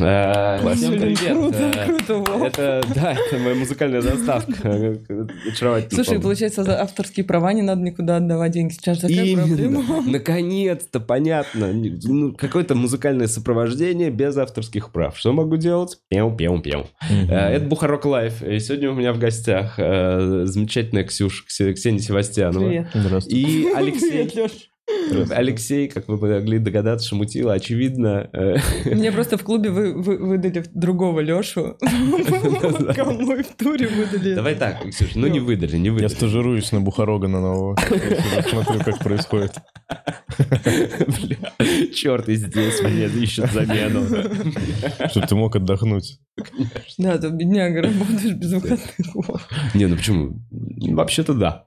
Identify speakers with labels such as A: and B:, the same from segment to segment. A: Э, Всем
B: Блин,
A: привет.
B: Круто,
A: Э,
B: круто, Вов.
A: Это, да, это моя музыкальная заставка. Очаровательно.
B: Слушай, получается, за авторские права не надо никуда отдавать деньги. Сейчас же такая проблема.
A: Именно. Наконец-то, понятно. Ну, какое-то музыкальное сопровождение без авторских прав. Что могу делать? Пел, пел, пел. Э,
C: Э,
A: Это Бухарок Лайф. И сегодня у меня в гостях э, замечательная Ксюша, Ксе- Ксения Севастьянова.
B: Привет.
C: Здравствуйте.
A: И
B: Привет,
A: Алексей.
B: Лёш.
A: Алексей, как вы могли догадаться, шамутила, очевидно. э,
B: Мне просто в клубе вы, вы- выдали другого Лешу. Кому и в туре выдали.
A: Давай так, Ксюша, ну не выдали, не
C: Я
A: выдали.
C: стажируюсь на Бухарога на нового. Я сижу, Смотрю, как происходит.
A: Черт, и здесь мне ищут замену.
C: Чтобы ты мог отдохнуть.
B: Да, ты бедняга, работаешь без выходных. Вов.
A: Не, ну почему? Вообще-то да.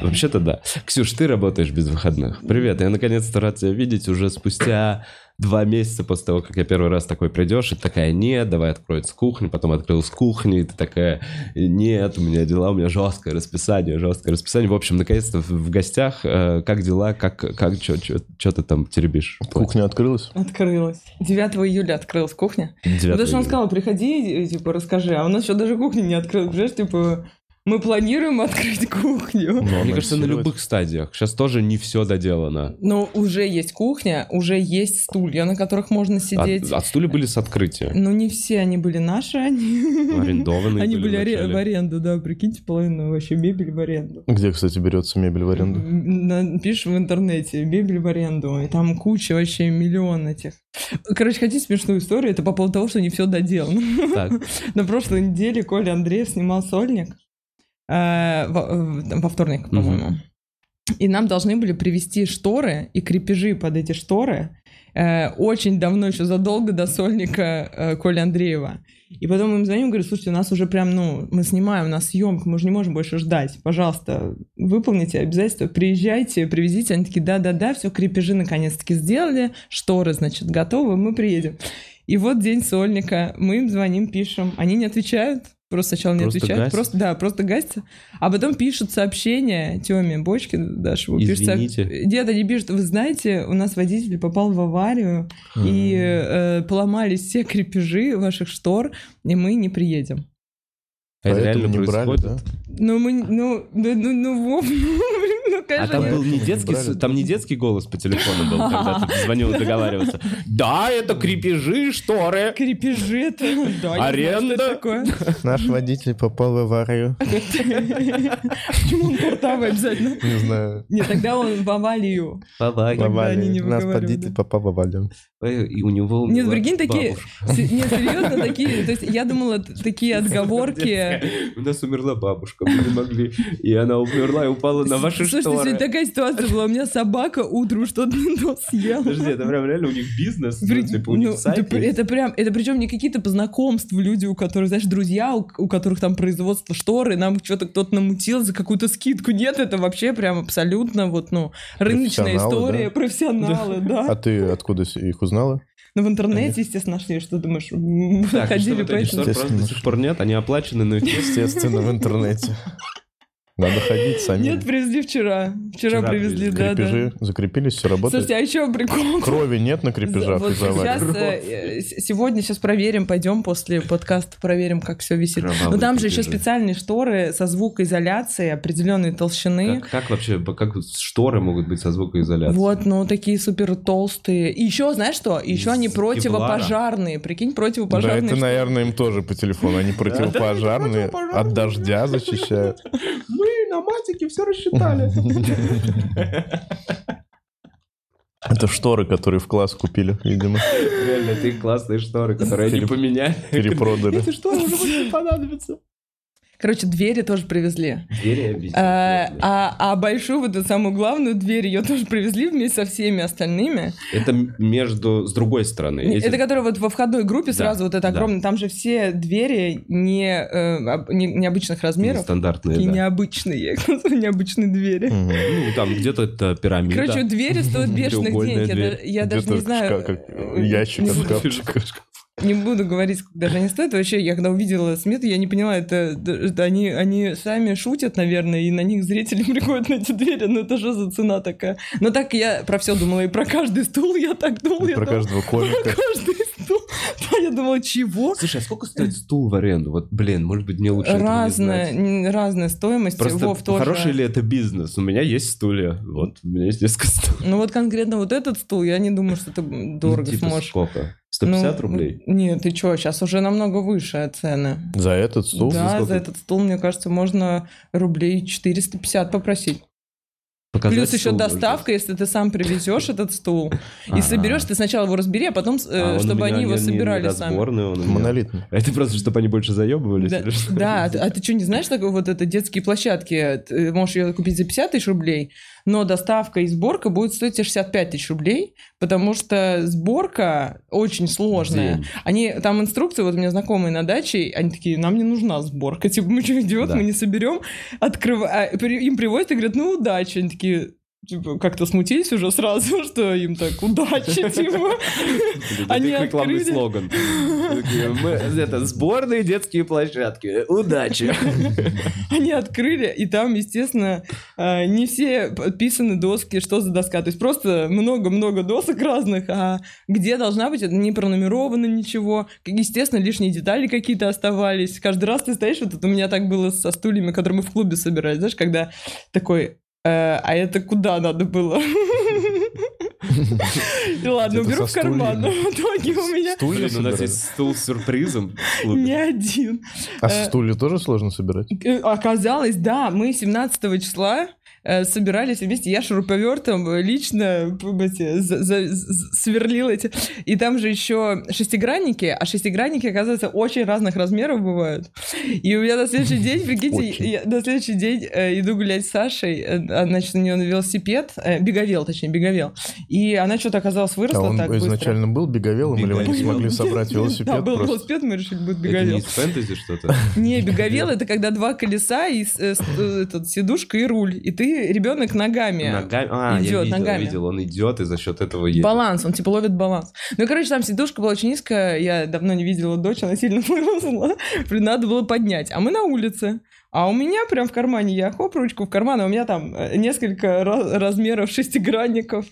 A: Вообще-то да. Ксюш, ты работаешь без выходных. Привет, я наконец-то рад тебя видеть уже спустя два месяца после того, как я первый раз такой придешь, и ты такая, нет, давай откроется кухня, потом открылась кухня, и ты такая, нет, у меня дела, у меня жесткое расписание, жесткое расписание. В общем, наконец-то в- в гостях, э, как дела, как, как, что ты там теребишь?
C: Кухня открылась?
B: Открылась. 9 июля открылась кухня. Потому что Ну, он сказал, приходи, и, типа, расскажи. А у нас еще даже кухня не открылась. Представляешь, типа, мы планируем открыть кухню.
C: Ну,
A: Мне кажется, на
C: анонсировать.
A: любых стадиях. Сейчас тоже не все доделано.
B: Но уже есть кухня, уже есть стулья, на которых можно
A: От,
B: сидеть.
A: от стулья были с открытия.
B: Но Ну, не все они были наши, они...
A: Арендованные
B: Они были
A: были
B: аре- в
A: вначале.
B: аренду, да, прикиньте, половину вообще мебель в аренду.
C: Где, кстати, берется мебель в аренду?
B: М, на- Пишешь в интернете мебель в аренду, и там куча вообще миллион этих. Короче, хотите смешную историю? Это по поводу того, что не все доделано.
A: Так. а
B: На прошлой неделе Коля Андреев снимал сольник. э, Во э, там во вторник, по-моему. И нам должны были привезти шторы и крепежи под эти шторы э, очень давно, еще задолго до сольника э, Коли Андреева. И потом мы им звоним, говорим, слушайте, у нас уже прям, ну, мы снимаем, у нас съемка, мы уже не можем больше ждать. Пожалуйста, выполните обязательства, приезжайте, привезите. Они такие, да-да-да, все, крепежи наконец-таки сделали, шторы, значит, готовы, мы приедем. И вот день сольника, мы им звоним, пишем, они не отвечают, просто сначала не
A: Просто
B: отвечают,
A: гасят?
B: просто, да, просто гасятся. А потом пишут сообщение Тёме Бочкин, Дашеву.
A: Извините.
B: Пишут, нет, они пишут, вы знаете, у нас водитель попал в аварию, и э, поломались все крепежи ваших штор, и мы не приедем.
A: А это
C: Поэтому
A: реально
C: не брали,
A: происходит?
C: да?
B: Ну, мы, ну, ну, ну, ну, Вов, ну,
A: А
B: конечно,
A: там
B: нет.
A: был не
C: не
A: детский,
C: брали.
A: с- там не детский голос по телефону был, когда ты звонил и договаривался. Да, это крепежи, шторы.
B: крепежи это, да, я не знаю, что это
A: Аренда?
B: такое.
C: Наш водитель попал в аварию.
B: Почему он портовый обязательно?
C: Не знаю.
B: Не, тогда он в аварию.
C: В
B: они не
C: аварию. Наш
B: выговаривают,
C: водитель
B: да.
C: попал в аварию.
A: Ой, И у него
B: Нет,
A: была
B: прикинь, такие...
A: бабушка.
B: Се- Нет, серьезно, такие... То есть я думала, т- такие отговорки...
A: Детская. У нас умерла бабушка, мы не могли. И она умерла и упала на ваши
B: Слушайте, сегодня
A: шторы.
B: такая ситуация была. У меня собака утром что-то ну, съела.
A: Подожди, это прям реально у них бизнес, ну,
B: При-
A: типа у них
B: ну,
A: сайт
B: это,
A: есть.
B: это прям, это причем не какие-то по знакомству люди, у которых, знаешь, друзья, у, у которых там производство шторы, нам что-то кто-то намутил за какую-то скидку. Нет, это вообще прям абсолютно вот, ну, рыночная
C: Профессионалы,
B: история,
C: да?
B: профессионалы, да.
C: А ты откуда с- их узнала?
B: Ну, в интернете, естественно, нашли, что думаешь,
A: Так,
B: мы
A: и что в
B: ходили,
A: итоге, штор
B: поэтому...
A: просто до сих пор нет, они оплачены, но их нет.
C: Естественно, в интернете. Надо ходить самим.
B: Нет, привезли вчера. Вчера,
A: Вчера привезли.
B: привезли, да, да.
C: Крепежи закрепились, все
B: Слушайте,
C: работает.
B: а еще прикол.
C: Крови нет на
B: За-
C: крепежах
B: вот
C: из-за аварии.
B: сейчас, э, э, с- сегодня сейчас проверим, пойдем после подкаста проверим, как все висит.
A: Кровавые
B: Но там же еще
A: крепежи.
B: специальные шторы со звукоизоляцией определенной толщины.
A: Как, как вообще, как шторы могут быть со звукоизоляцией?
B: Вот, ну такие супер толстые. И еще, знаешь что? Еще они
A: Из кевлара.
B: противопожарные. Прикинь,
C: Да,
B: противопожарные.
C: это, наверное, им тоже по телефону. Они противопожарные, от дождя защищают.
A: Мы на матике все рассчитали.
C: Это шторы, которые в класс купили, видимо,
A: Реально, ты классные шторы, которые они
C: Переп-
A: поменяли.
C: перепродали.
A: Эти шторы уже больше не понадобятся.
B: Короче, двери тоже привезли.
A: Двери объяснить.
B: А,
A: можно.
B: а, а большую, вот эту самую главную дверь, ее тоже привезли вместе со всеми остальными.
A: Это м- между... С другой стороны. Эти-
B: Это которая вот во входной группе
A: Да,
B: сразу вот это
A: да.
B: огромное. Там же все двери не, э, об- не- необычных размеров.
A: Нестандартные,
B: Такие
A: да.
B: необычные, необычные двери.
C: Мгм.
A: Ну, там где-то это пирамида.
B: Короче, двери стоят бешеных
A: Треугольная
B: денег. Я
A: дверь.
B: да- Я даже
C: Где-то
B: не знаю.
C: шка- как
B: э,
C: ящик
B: не
C: от
B: знаю.
C: шкафчика.
B: не буду говорить, когда же они стоят. Вообще, я когда увидела смету, я не поняла, это, это они, они сами шутят, наверное, и на них зрители приходят на эти двери. Ну это что за цена такая? Но так я про все думала, и про каждый стул я так думала. я
C: Про
B: думала,
C: каждого
B: про
C: комика.
B: каждый стул. Я думала, чего?
A: Слушай, а сколько стоит стул в аренду? Вот, блин, может быть, мне лучше этого не
B: Разная,
A: знать.
B: н- разная стоимость.
A: Просто
B: Вов тоже.
A: хороший ли это бизнес? У меня есть стулья. Вот, у меня есть несколько стульев.
B: Ну вот конкретно вот этот стул, я не думаю, что ты дорого
A: Ну, типа
B: сможешь.
A: сколько? 150
B: Ну,
A: рублей?
B: Нет, ты чё, сейчас уже намного выше цены.
C: За этот стул?
B: да,
A: сколько?
B: за этот стул, мне кажется, можно рублей 450 попросить.
A: Показать
B: Плюс еще
A: стул, может быть?
B: доставка, если ты сам привезешь этот стул и
A: А.
B: соберешь, ты сначала его разбери, а потом, э,
A: А он у
B: чтобы
A: меня
B: они его
A: не- не
B: собирали сами.
A: разборный, он у меня.
C: Монолитный.
A: А Это просто, чтобы они больше заебывались?
B: Да,
A: или что?
B: да, а ты- а ты что, не знаешь, такой вот это детские площадки, ты можешь ее купить за 50 тысяч рублей, но доставка и сборка будет стоить тебе 65 тысяч рублей, потому что сборка очень сложная.
A: День.
B: Они, там инструкции, вот у меня знакомые на даче, они такие, нам не нужна сборка, типа, мы что, идиот,
A: Да.
B: мы не соберем, Открыв... а, при- им привозят и говорят, ну, удачи, они такие, типа, как-то смутились уже сразу, что им так, удачи, типа,
A: Блин, это
B: Они
A: их рекламный
B: открыли.
A: слоган. Такие, «Мы- Это сборные детские площадки. Удачи.
B: они открыли, и там, естественно, э, не все подписаны доски, что за доска, то есть просто много-много досок разных, а где должна быть, это не пронумеровано ничего, естественно, лишние детали какие-то оставались, каждый раз ты стоишь, вот это у меня так было со стульями, которые мы в клубе собирали, знаешь, когда такой, «Э, а это куда надо было? И Ладно,
C: Где-то
B: уберу в
C: со
B: карман, но
C: стульями.
B: в итоге у меня
C: Стулья
A: Блин, у нас
C: собирать?
A: есть стул с сюрпризом. в клубе.
B: ни один.
C: А
B: э,
C: стулья тоже сложно собирать?
B: Э, Оказалось, да, мы 17 числа э, собирались вместе, я шуруповертом э, лично п- эти, за- за- з- сверлила эти. И там же еще шестигранники, а шестигранники, оказывается, очень разных размеров бывают. И у меня на следующий день, прикиньте,
C: Очень.
B: я на следующий день э, иду гулять с Сашей, э, а, значит, у нее велосипед, э, беговел, точнее, беговел. И она что-то оказалось
C: А
B: выросла
C: он
B: так быстро.
C: изначально был беговелом, или вы не
A: Беговел.
C: смогли собрать
B: Да,
C: велосипед
B: был
C: просто?
B: велосипед, мы решили, будет
A: Это не
B: беговел.
A: из фэнтези что-то?
B: Не, беговел это когда два колеса и с- э, с- э, этот, сидушка и руль. И ты ребенок ногами.
A: Ногами? А, я
B: Идёт
A: видел,
B: ногами.
A: видел. Он идет, и за счет этого едет.
B: Баланс, он типа ловит баланс. Ну, и, короче, там сидушка была очень низкая, я давно не видела дочь, она сильно выросла, блин, надо было поднять. А мы на улице, а у меня прям в кармане, я хоп, ручку в карман, а у меня там э, несколько ра- размеров шестигранников.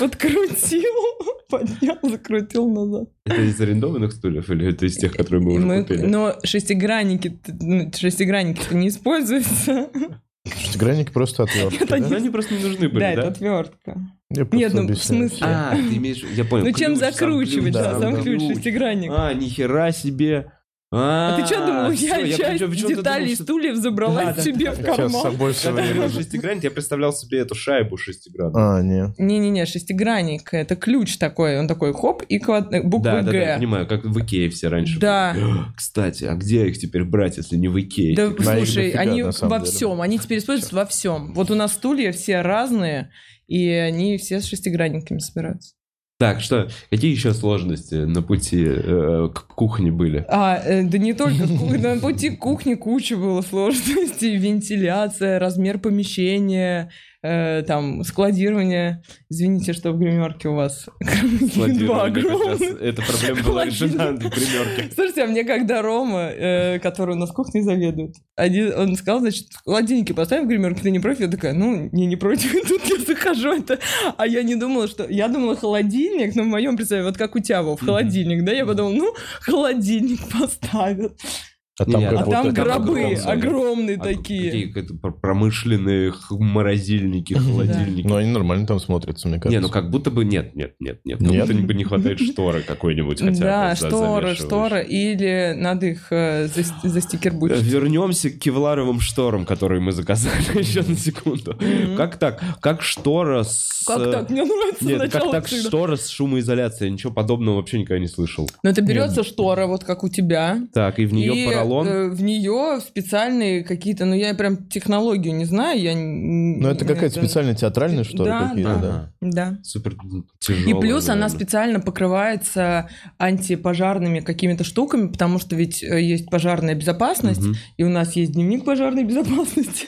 B: Подкрутил, поднял, закрутил назад.
A: Это из арендованных стульев или это из тех, которые мы
B: И
A: уже
B: мы- ну,
A: купили?
B: но шестигранники, шестигранники не используются.
C: Шестигранники просто отвертки,
B: Это
C: да?
A: Да, Они просто не нужны были,
B: Да, это
A: да?
B: отвертка.
C: Я просто
B: Нет, ну, в
C: объясняю.
B: смысле.
A: А, ты имеешь... Я понял.
B: Ну чем
A: ключ, сам
B: закручивать,
A: ключ,
B: да,
C: да,
B: сам
C: да.
B: ключ, шестигранник.
A: А, нихера себе. А,
B: А ты что думал,
A: всё,
B: я часть
A: причём- причём-то
B: деталей
A: думал, что-
B: стульев забрала
A: Да, да,
B: себе в
C: Сейчас с
B: карман?
C: собой
A: Когда я говорил
C: свои...
A: шестигранник, я представлял себе эту шайбу шестигранную.
C: А, не.
B: Не-не-не, шестигранник, это ключ такой, он такой хоп, и квад- э, буквы
A: Да, да, да, я
B: Г.
A: понимаю, как в Икее все раньше.
B: Да.
A: были. Кстати, а где их теперь брать, если не в Икее?
B: Да,
C: На них
B: слушай,
C: дофига,
B: они
C: на самом
B: во
C: деле.
B: всем, они теперь используются во всем. Вот у нас стулья все разные, и они все с шестигранниками собираются.
A: Так, что, какие еще сложности на пути э, к кухне были?
B: А, э, да не только ку- на пути к кухне куча было сложностей. Вентиляция, размер помещения, э, там, складирование. Извините, что в гримерке у вас два
A: Складировали как раз.
B: огромных.
A: Эта проблема была решена на
B: Холодильник.
A: примерке.
B: Слушайте, а мне когда Рома, э, который у нас кухней заведует, один- он сказал, значит, холодильники поставим в гримерке, ты не против? Я такая, ну, не, не против, И тут я захожу, это... А я не думала, что... Я думала холодильник, но в моем представлении, вот как у тебя, Вов,
A: Мгм.
B: холодильник, да? Я подумала, ну, холодильник поставят.
C: А
A: Не,
C: там
A: а
C: как
B: А
C: вот
B: там
C: это-
B: гробы
A: гробы.
B: огромные
A: А
B: такие.
A: какие- какие-то пр- промышленные х- морозильники, холодильники.
C: Ну, они нормально там смотрятся, мне кажется.
A: Не, ну как будто бы нет, нет, нет, нет. Как
C: Нет?
A: будто бы не хватает шторы какой-нибудь хотя бы.
B: Да,
A: за-
B: шторы,
A: завешивающей.
B: шторы. Или надо их э, зас-
A: Э,
B: застикербучить.
A: Вернемся к кевларовым шторам, которые мы заказали еще на секунду.
B: Мгм.
A: Как так? Как штора с... э,
B: Как так? Мне нравится
A: Нет, как
B: начало
A: так
B: всегда.
A: штора с шумоизоляцией? Я Ничего подобного вообще никогда не слышал.
B: Ну, это берется штора, вот как у тебя.
A: Так, и в нее салон?
B: и э, в нее специальные какие-то, ну я прям технологию не знаю, я...
C: Ну, это какая-то специальная театральная, что ли,
B: Да,
C: какие-то, да.
A: Ага.
B: Да.
A: Супер
B: И
A: тяжелая,
B: плюс она
A: наверное.
B: специально покрывается антипожарными какими-то штуками, потому что ведь э, есть пожарная безопасность,
A: Мгм.
B: и у нас есть дневник пожарной безопасности.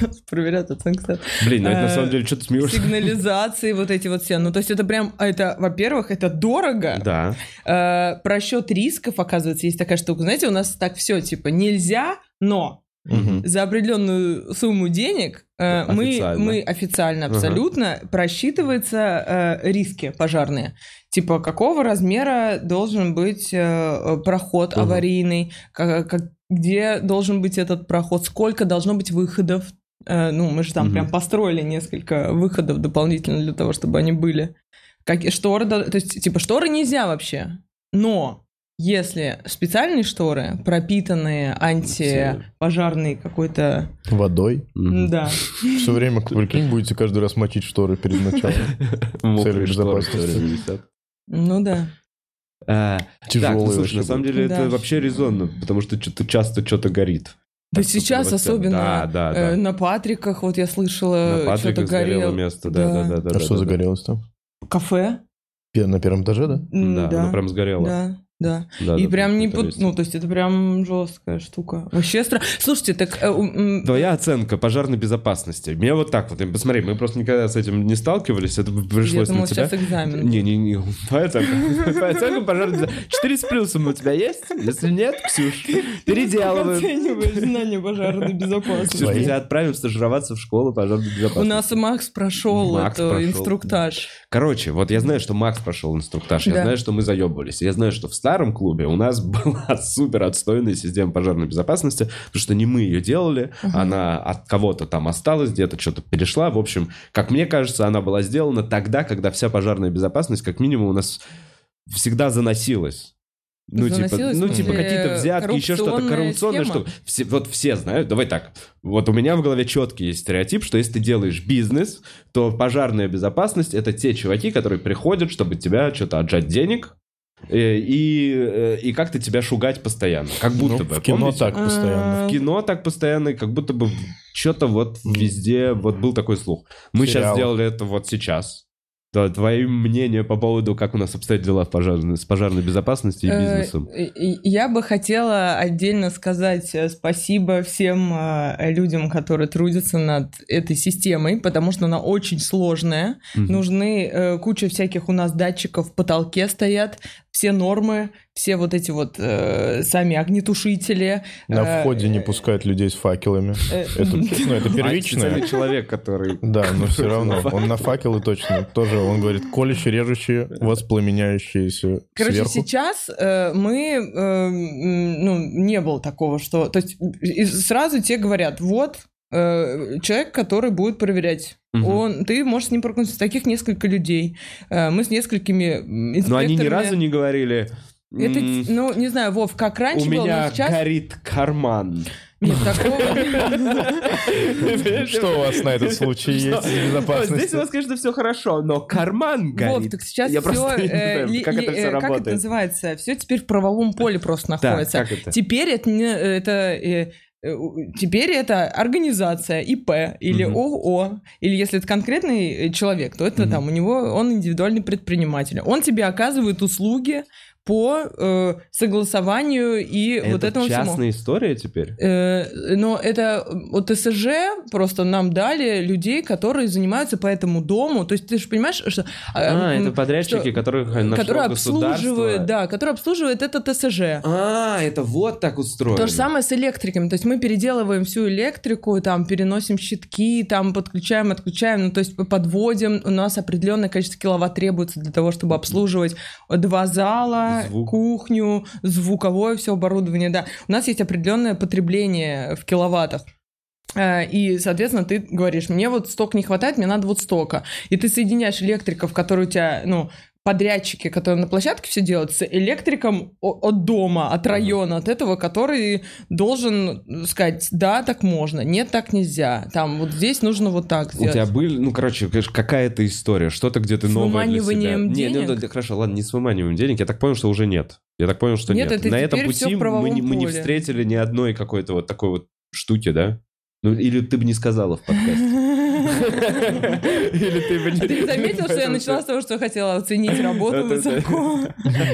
B: Нас проверяют от санкций.
A: Блин, ну это на
B: э,
A: самом деле что ты смеешься?
B: Сигнализации, вот эти вот все. Ну, то есть это прям, это, во-первых, это дорого.
A: Да.
B: Э, Просчет рисков, оказывается, есть такая штука. Знаете, у нас так все, типа, нельзя, но
C: Мгм.
B: за определенную сумму денег э, мы,
A: Официально.
B: мы официально
A: Ага.
B: абсолютно просчитываются э, риски пожарные. Типа, какого размера должен быть э, э, проход
A: Ага.
B: аварийный, ка- как- где должен быть этот проход, сколько должно быть выходов. Э, ну, мы же там
A: Мгм.
B: прям построили несколько выходов дополнительно для того, чтобы они были. Как, шторы, до- то есть, типа, шторы нельзя вообще. Но если специальные шторы, пропитанные антипожарной какой-то...
C: Водой.
A: Мгм.
B: Да.
C: Все время, прикинь, будете каждый раз мочить шторы перед началом.
A: Мокрые шторы,
C: безопасности.
A: которые висят.
B: Ну да.
A: А, Так, ну,
C: Тяжелые
A: слушай, на
C: вообще.
A: самом
C: будут.
A: деле это
B: Да.
A: вообще резонно, потому что что-то часто что-то горит.
B: Да
A: Так,
B: сейчас
A: 100%. Да,
B: особенно
A: да,
B: э,
A: да.
B: на Патриках, вот я
A: На
B: слышала,
A: Патрика
B: что-то
A: сгорело
B: горело.
A: место, да, да,
B: Да.
A: да, да.
C: А что загорелось там?
B: Кафе.
C: Пе- На первом этаже, да?
B: М,
A: Да, оно прям сгорело.
B: Да, да.
A: Да,
B: и
A: да,
B: прям не...
A: какой-то
B: пот-
A: весь.
B: Ну, то есть это прям жесткая штука. Вообще страшно. Слушайте, так... э, у- м,
A: Твоя оценка пожарной безопасности. Мне вот так вот. Посмотри, мы просто никогда с этим не сталкивались. Это
B: я
A: пришлось на
B: думала,
A: тебя.
B: сейчас экзамен.
A: Не-не-не, твоя оценка. Твоя оценка пожарной безопасности. 4 с плюсом у тебя есть? Если нет, Ксюш, переделываем.
B: Оцениваешь знания пожарной
A: Ксюш,
B: безопасности.
A: мы
C: Свои?
A: тебя отправим стажироваться в школу пожарной
B: У
A: безопасности.
B: нас Макс прошел
A: Макс
B: это
A: прошел,
B: инструктаж.
A: Короче, вот я знаю, что Макс прошел инструктаж, я
B: Да.
A: знаю, что мы заебывались. Я знаю, что в старом клубе у нас была супер отстойная система пожарной безопасности, потому что не мы ее делали,
B: Ага.
A: она от кого-то там осталась, где-то что-то перешла. В общем, как мне кажется, она была сделана тогда, когда вся пожарная безопасность, как минимум, у нас всегда заносилась. Ну, типа,
B: Заносилась,
A: ну,
B: в
A: типа
B: смысле,
A: какие-то взятки, еще что-то
B: коррупционная
A: коррупционное,
B: схема?
A: что все, вот все знают. Давай так. Вот у меня в голове четкий есть стереотип, что если ты делаешь бизнес, то пожарная безопасность это те чуваки, которые приходят, чтобы тебя что-то отжать денег э, и, э, и как-то тебя шугать постоянно. Как будто
C: Ну,
A: бы. а
C: в кино
A: помните?
C: так постоянно.
B: А,
A: В кино так постоянно, и как будто бы что-то вот везде, вот был такой слух. Мы сейчас
C: Сериал.
A: сделали это вот сейчас. Да, твои мнения по поводу, как у нас обстоят дела в пожарной, с пожарной безопасностью и
B: Э,
A: бизнесом?
B: и- и Я бы хотела отдельно сказать э, спасибо всем э, людям, которые трудятся над этой системой, потому что она очень сложная.
A: Мгм.
B: Нужны э, куча всяких у нас датчиков в потолке стоят, все нормы, все вот эти вот э, сами огнетушители.
C: На
B: э,
C: входе не пускают людей с факелами.
B: э, А,
C: Это, ну, это первичное.
A: Официальный А человек, который...
C: Да, но все равно.
A: Факел.
C: Он на факелы точно тоже. Он говорит, колюще, режущие, воспламеняющиеся
B: Короче,
C: сверху.
B: сейчас э, мы, э, м, ну, не было такого, что... То есть и сразу тебе говорят, вот э, человек, который будет проверять.
A: Мгм.
B: Он, ты можешь с ним проконсультироваться. Таких несколько людей. Э, мы с несколькими м, инспекторами...
A: Но они ни разу не говорили...
B: Это,
A: «М,
B: ну, не знаю, Вов, как раньше
A: у
B: было,
A: меня
B: но сейчас...
A: горит карман.
B: Нет, такого...
C: Что у вас на этот случай есть из
A: Здесь у
C: безопасности?
A: вас, конечно, все хорошо, но карман
B: Вов,
A: горит.
B: так сейчас э,
A: Я
B: все...
A: просто не знаю, как это все
B: э, Как это
A: работает.
B: называется? Все теперь в правовом поле просто
A: Так,
B: находится.
A: как это?
B: Теперь это, не- это э, э, у- теперь это организация ИП или
A: Мгм.
B: ООО, или если это конкретный э, человек, то это
A: Мгм.
B: там у него он индивидуальный предприниматель. Он тебе оказывает услуги по э, согласованию и вот
A: Это
B: этому всему.
A: частная история теперь?
B: Э, Но это вот СЖ просто нам дали людей, которые занимаются по этому дому. То есть ты же понимаешь, что...
A: А,
B: э,
A: это
B: м,
A: подрядчики,
B: что-
A: которых нашло
B: которые
A: государство.
B: обслуживают, да, которые обслуживают этот СЖ.
A: А, это вот так устроено.
B: То же самое с электриками. То есть мы переделываем всю электрику, там переносим щитки, там подключаем, отключаем, ну то есть подводим. У нас определенное количество киловатт требуется для того, чтобы обслуживать два зала,
A: Звук.
B: кухню, звуковое все оборудование, да. У нас есть определенное потребление в киловаттах. Э, И, соответственно, ты говоришь, мне вот столько не хватает, мне надо вот столько. И ты соединяешь электриков, которые у тебя, ну, подрядчики, которые на площадке все делают, с электриком о- от дома, от района, от этого, который должен сказать, да, так можно, нет, так нельзя, там вот здесь нужно вот так
A: У
B: сделать.
A: тебя были, ну, короче, конечно, какая-то история, что-то где-то
B: С
A: новое для себя.
B: выманиванием
A: Не, не,
B: денег?
A: ну, да, хорошо, ладно, не с выманиванием денег. Я так понял, что уже нет. Я так понял, что нет.
B: Нет, это
A: На этом
B: теперь всё
A: пути
B: в
A: мы,
B: правовом
A: не- мы не
B: поле.
A: встретили ни одной какой-то вот такой вот штуки, да? Ну, или ты бы не сказала в подкасте. Или ты бы
B: А Ты
A: не...
B: заметил, что я
A: Поэтому
B: начала с того, что хотела оценить работу
A: Да-да-да.
B: высоко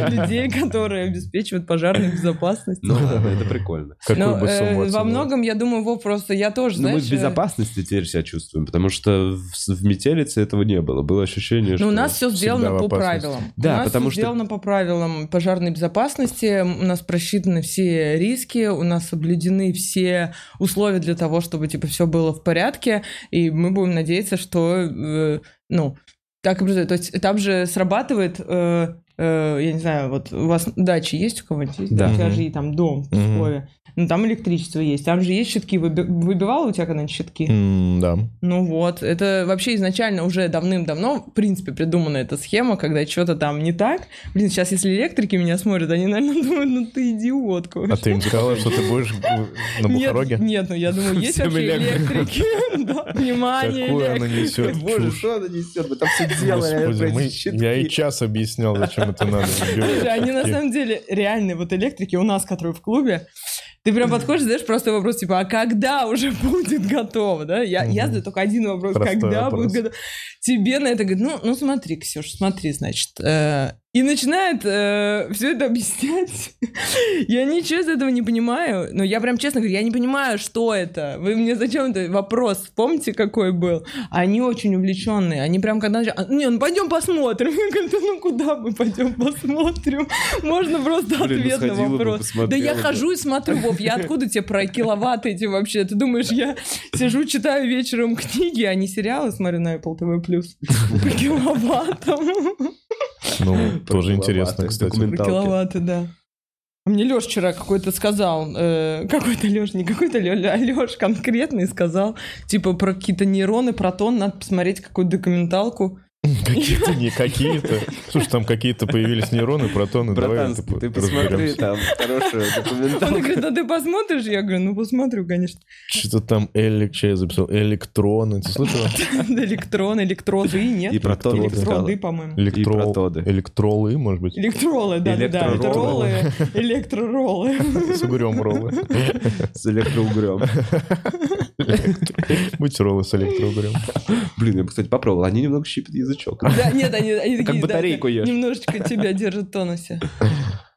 B: людей, которые обеспечивают пожарную безопасность.
A: Ну ладно, это прикольно.
C: Какую
B: Но,
C: бы
B: э,
C: сумму
B: во
C: оценила?
B: многом, я думаю, Вов, просто я тоже,
A: Но Ну, мы
B: знаешь...
A: в
B: э,
A: безопасности теперь себя чувствуем, потому что в, в метелице этого не было. Было ощущение,
B: Ну,
A: что...
B: у нас все сделано
C: всегда в
B: по
C: опасности.
B: правилам.
A: Да,
B: у нас
A: потому
B: всё
A: что-
B: сделано по правилам пожарной безопасности, у нас просчитаны все риски, у нас соблюдены все условия для того, чтобы типа все было в порядке, и мы будем надеяться, что э, ну так и произойдет. То есть там же срабатывает, э, э, я не знаю, вот у вас дача есть у кого-нибудь? Есть?
A: Да.
B: У тебя
C: Мгм.
B: же и там дом в
C: Мгм.
B: Пскове. Ну, там электричество есть, там же есть щитки. Выби- Выбивала у тебя когда-нибудь щитки?
C: М, Да.
B: Ну вот, это вообще изначально уже давным-давно, в принципе, придумана эта схема, когда что-то там не так. Блин, сейчас если электрики меня смотрят, они, наверное, думают, ну ты идиотка.
C: А
B: вообще».
C: ты им сказала, что ты будешь в- на
B: нет,
C: Бухароге?
B: нет, ну я думаю, есть
A: Всем
B: вообще
A: электрики.
B: электрики. Да, Внимание,
C: Какую она
B: электрики.
C: несет
A: Боже,
C: чушь.
A: что она несет? Мы там все
C: Господи,
A: делали.
C: мы- я и час объяснял, зачем это надо.
B: Слушай, они на самом деле реальные вот электрики у нас, которые в клубе. Ты прям подходишь, задаешь просто вопрос, типа, а когда уже будет готово, да? Я, я
C: Мгм.
B: задаю только один вопрос,
C: Простой
B: когда
C: вопрос.
B: будет готово. Тебе на это говорят, ну, ну смотри, Ксюш, смотри, значит. э, и начинает все это объяснять. я ничего из этого не понимаю. Но я прям честно говорю, я не понимаю, что это. Вы мне зачем это вопрос? Вспомните, какой был. Они очень увлеченные. Они прям когда начали, «А, не, ну пойдем посмотрим. Я говорю, «Да ну куда мы пойдем посмотрим? Можно просто
A: Блин, ну
B: ответ на
A: сходила бы,
B: вопрос.
A: посмотрела
B: да я
A: бы.
B: хожу и смотрю, Вов, я откуда тебе про киловатты эти вообще? Ты думаешь, я сижу, читаю вечером книги, а не сериалы смотрю на Apple TV+. По киловаттам.
C: Ну, тоже интересно,
A: Проколоватый
C: кстати.
A: документ.
B: Про киловатты, да. А Мне Лёш вчера какой-то сказал, э, какой-то Лёш, не какой-то Лёш, а Лёш конкретный сказал, типа про какие-то нейроны, протон, надо посмотреть какую-то документалку.
C: Какие-то не какие-то. Слушай, там какие-то появились нейроны, протоны.
A: Братан,
C: Давай
A: ты,
C: это
A: посмотри,
C: разберемся.
A: там хорошую
B: Он
A: документалку.
B: говорит, ну ты посмотришь? Я говорю, ну посмотрю, конечно.
C: Что-то там элек, что я записал? Электроны. Ты слышала?
B: Электрон, электроды,
A: И
B: нет?
A: протоны.
B: Электроды, по-моему.
A: И
C: Электрол...
A: протоды.
C: Электролы, может быть?
B: Электролы, да, да, да,
A: Электроролы.
B: электролы, электроролы.
C: С угрем роллы.
A: С электроугрем.
C: Бутеролы с электроугрем.
A: Блин, я бы, кстати, попробовал. Они немного щипят язычок.
B: Да, нет, они, они такие,
A: Как
B: да,
A: батарейку
B: да,
A: ешь.
B: Немножечко тебя держат в тонусе.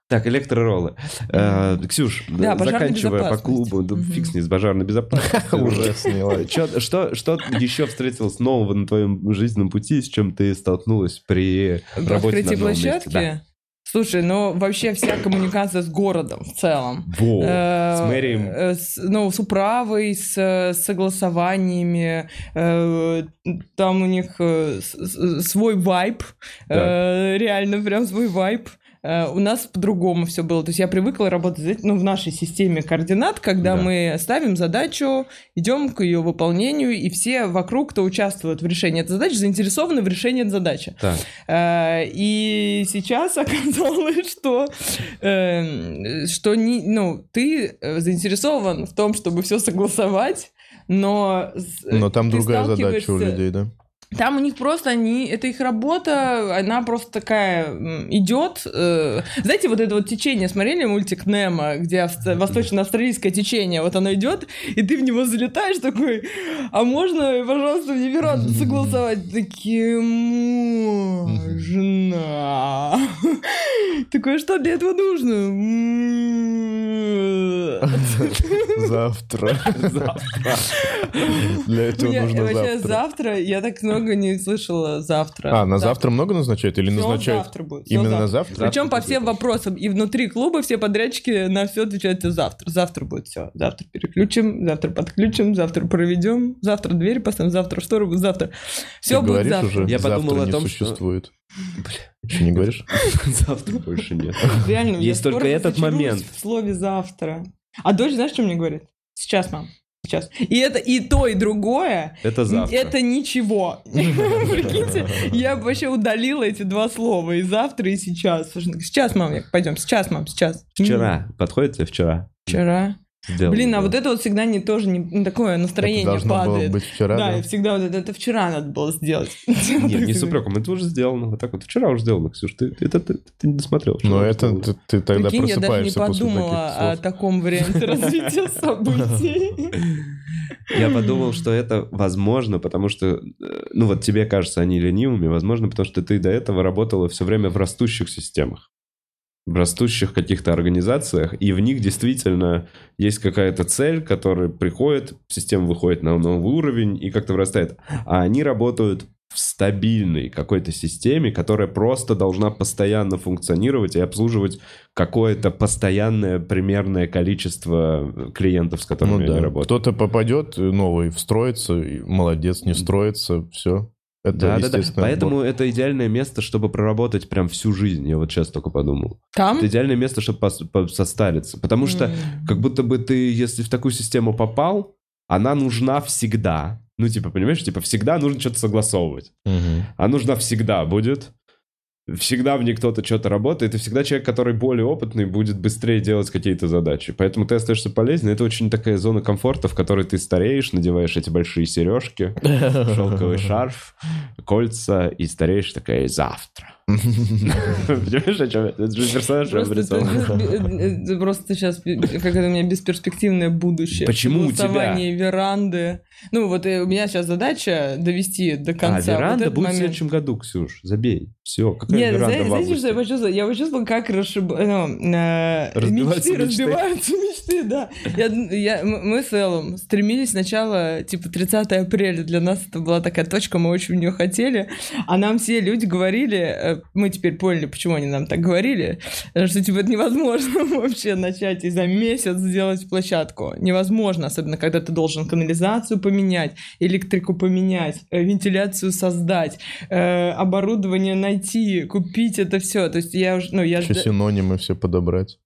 A: Так, электророллы. Э, Ксюш,
B: Да, пожарная
A: заканчивая по
B: безопасность.
A: клубу, да
B: Мгм.
A: фиг с ней, с пожарной безопасностью.
C: Уже сняла.
A: Чё- Что, что еще встретилось нового на твоем жизненном пути, с чем ты столкнулась при
B: В
A: работе на
B: открытии
A: новом месте?
B: площадки?
A: Да.
B: Слушай, ну вообще вся коммуникация с городом в целом.
A: Во,
B: Э,
A: с мэрием.
B: э, с- Ну, с управой, с э, согласованиями. э, Там у них э, с- с- свой вайб. Э, Реально прям свой вайб. Э, У нас по-другому все было. То есть я привыкла работать знаете, ну, в нашей системе координат, когда
A: Да.
B: мы ставим задачу, идем к ее выполнению, и все вокруг, кто участвует в решении этой задачи, заинтересованы в решении этой задачи.
A: Так.
B: Э, И сейчас оказалось, что, э, что не, ну, ты э, заинтересован в том, чтобы все согласовать, но, с-
C: Но там
B: ты
C: другая задача у
B: сталкиваешься-
C: людей, да?
B: там у них просто они, это их работа, она просто такая м, идет. э, знаете, вот это вот течение, смотрели мультик Немо, где авст- восточно-австралийское течение, вот оно идет, и ты в него залетаешь такой, а можно, пожалуйста, мне веранду согласовать? Такие, можно. Такое, что для этого нужно? М.
C: Завтра.
A: Завтра.
C: Для этого
B: Мне
C: нужно
B: Ну, вообще
C: завтра.
B: завтра, я так много не слышала завтра.
C: А, на завтра много назначают или
B: Всё
C: назначают?
B: завтра будет. всё
C: Именно
B: завтра.
C: на завтра?
B: Причем по
A: будет
B: всем
A: вообще.
B: вопросам. И внутри клуба все подрядчики на все отвечают «Это завтра. Завтра будет все. Завтра переключим, завтра подключим, завтра проведем, завтра дверь поставим, завтра шторы будут, завтра. Все
C: Ты
B: будет
C: говоришь
B: завтра.
C: уже?
A: Я
C: Завтра
A: подумал о
C: не
A: том, что-
C: существует. Что не говоришь?
A: Завтра больше нет.
B: Реально, я
A: Есть только
B: скоро
A: этот
B: разочаруюсь
A: момент.
B: В слове завтра. А дочь, знаешь, что мне говорит? Сейчас, мам. сейчас. И это и то, и другое.
A: Это завтра.
B: Это ничего. Прикиньте, я бы вообще удалила эти два слова. И завтра, и сейчас. Слушай, ну, Сейчас, мам, я- пойдем. Сейчас, мам, сейчас.
A: Вчера. Подходит тебе вчера?
B: Вчера.
A: Сделано
B: Блин, а
A: было.
B: вот это вот всегда не тоже не- не такое настроение
C: Это должно
B: падает.
C: было быть вчера,
B: да,
C: да?
B: и всегда вот это, это вчера надо было сделать.
A: Нет, не с упреком, это уже сделано. Вот так вот. Вчера уже сделано, Ксюш. Ты, ты- это- ты- ты не досмотрел. вчера
C: Но
A: уже
C: Ну, это
A: сделано.
C: ты, ты тогда
B: Прикинь, я даже не
C: просыпаешься после
B: подумала о
C: таких слов.
B: таком варианте развития событий.
A: Я подумал, что это возможно, потому что, э, ну вот тебе кажется, они ленивыми, возможно, потому что ты до этого работала все время в растущих системах, в растущих каких-то организациях, и в них действительно есть какая-то цель, которая приходит, система выходит на новый уровень и как-то вырастает. А они работают в стабильной какой-то системе, которая просто должна постоянно функционировать и обслуживать какое-то постоянное примерное количество э, клиентов, с которыми
C: Ну
A: они
C: да.
A: работают.
C: Кто-то попадет э, новый, встроится, и молодец, не строится, все. Это
A: Да, да, да.
C: естественно.
A: Поэтому это идеальное место, чтобы проработать прям всю жизнь. Я вот сейчас только подумал.
B: Там?
A: Это идеальное место, чтобы пос- по- состариться. Потому что
B: М.
A: как будто бы ты, если в такую систему попал, она нужна всегда. Ну, типа, понимаешь, типа, всегда нужно что-то согласовывать.
C: Мгм.
A: А нужна всегда будет. Всегда в ней кто-то что-то работает, и всегда человек, который более опытный, будет быстрее делать какие-то задачи. Поэтому ты остаешься полезен. Это очень такая зона комфорта, в которой ты стареешь, надеваешь эти большие сережки шелковый шарф, кольца, и стареешь такая завтра. Понимаешь, о чем я? Это же персонаж
B: Просто ты-
A: обрисован.
B: ты- ты э, Просто сейчас, как это у меня бесперспективное будущее.
A: Почему у тебя?
B: Голосование веранды. Ну, вот э, у меня сейчас задача довести до
A: А,
B: конца. вот
A: веранда
B: этот
A: будет в
B: момент.
A: следующем году, Ксюш. Забей. Все, какая
B: Нет,
A: веранда
B: знаете,
A: в
B: знаете, что я
A: августе?
B: почувствовала? Я почувствовала, как расшиб... ну, э,
A: Разбиваются
B: мечты,
A: мечты.
B: разбиваются мечты, да. Я, я- м- мы с Эллом стремились сначала, типа, 30 апреля. Для нас это была такая точка, мы очень в нее хотели. А нам все люди говорили, э, мы теперь поняли, почему они нам так говорили, э, что, типа, это невозможно вообще начать и за месяц сделать площадку. Невозможно, особенно, когда ты должен канализацию поменять, электрику поменять, э, вентиляцию создать э, оборудование найти, купить это все. То есть я уже, ну, я
C: Еще
B: жда-
C: синонимы все подобрать.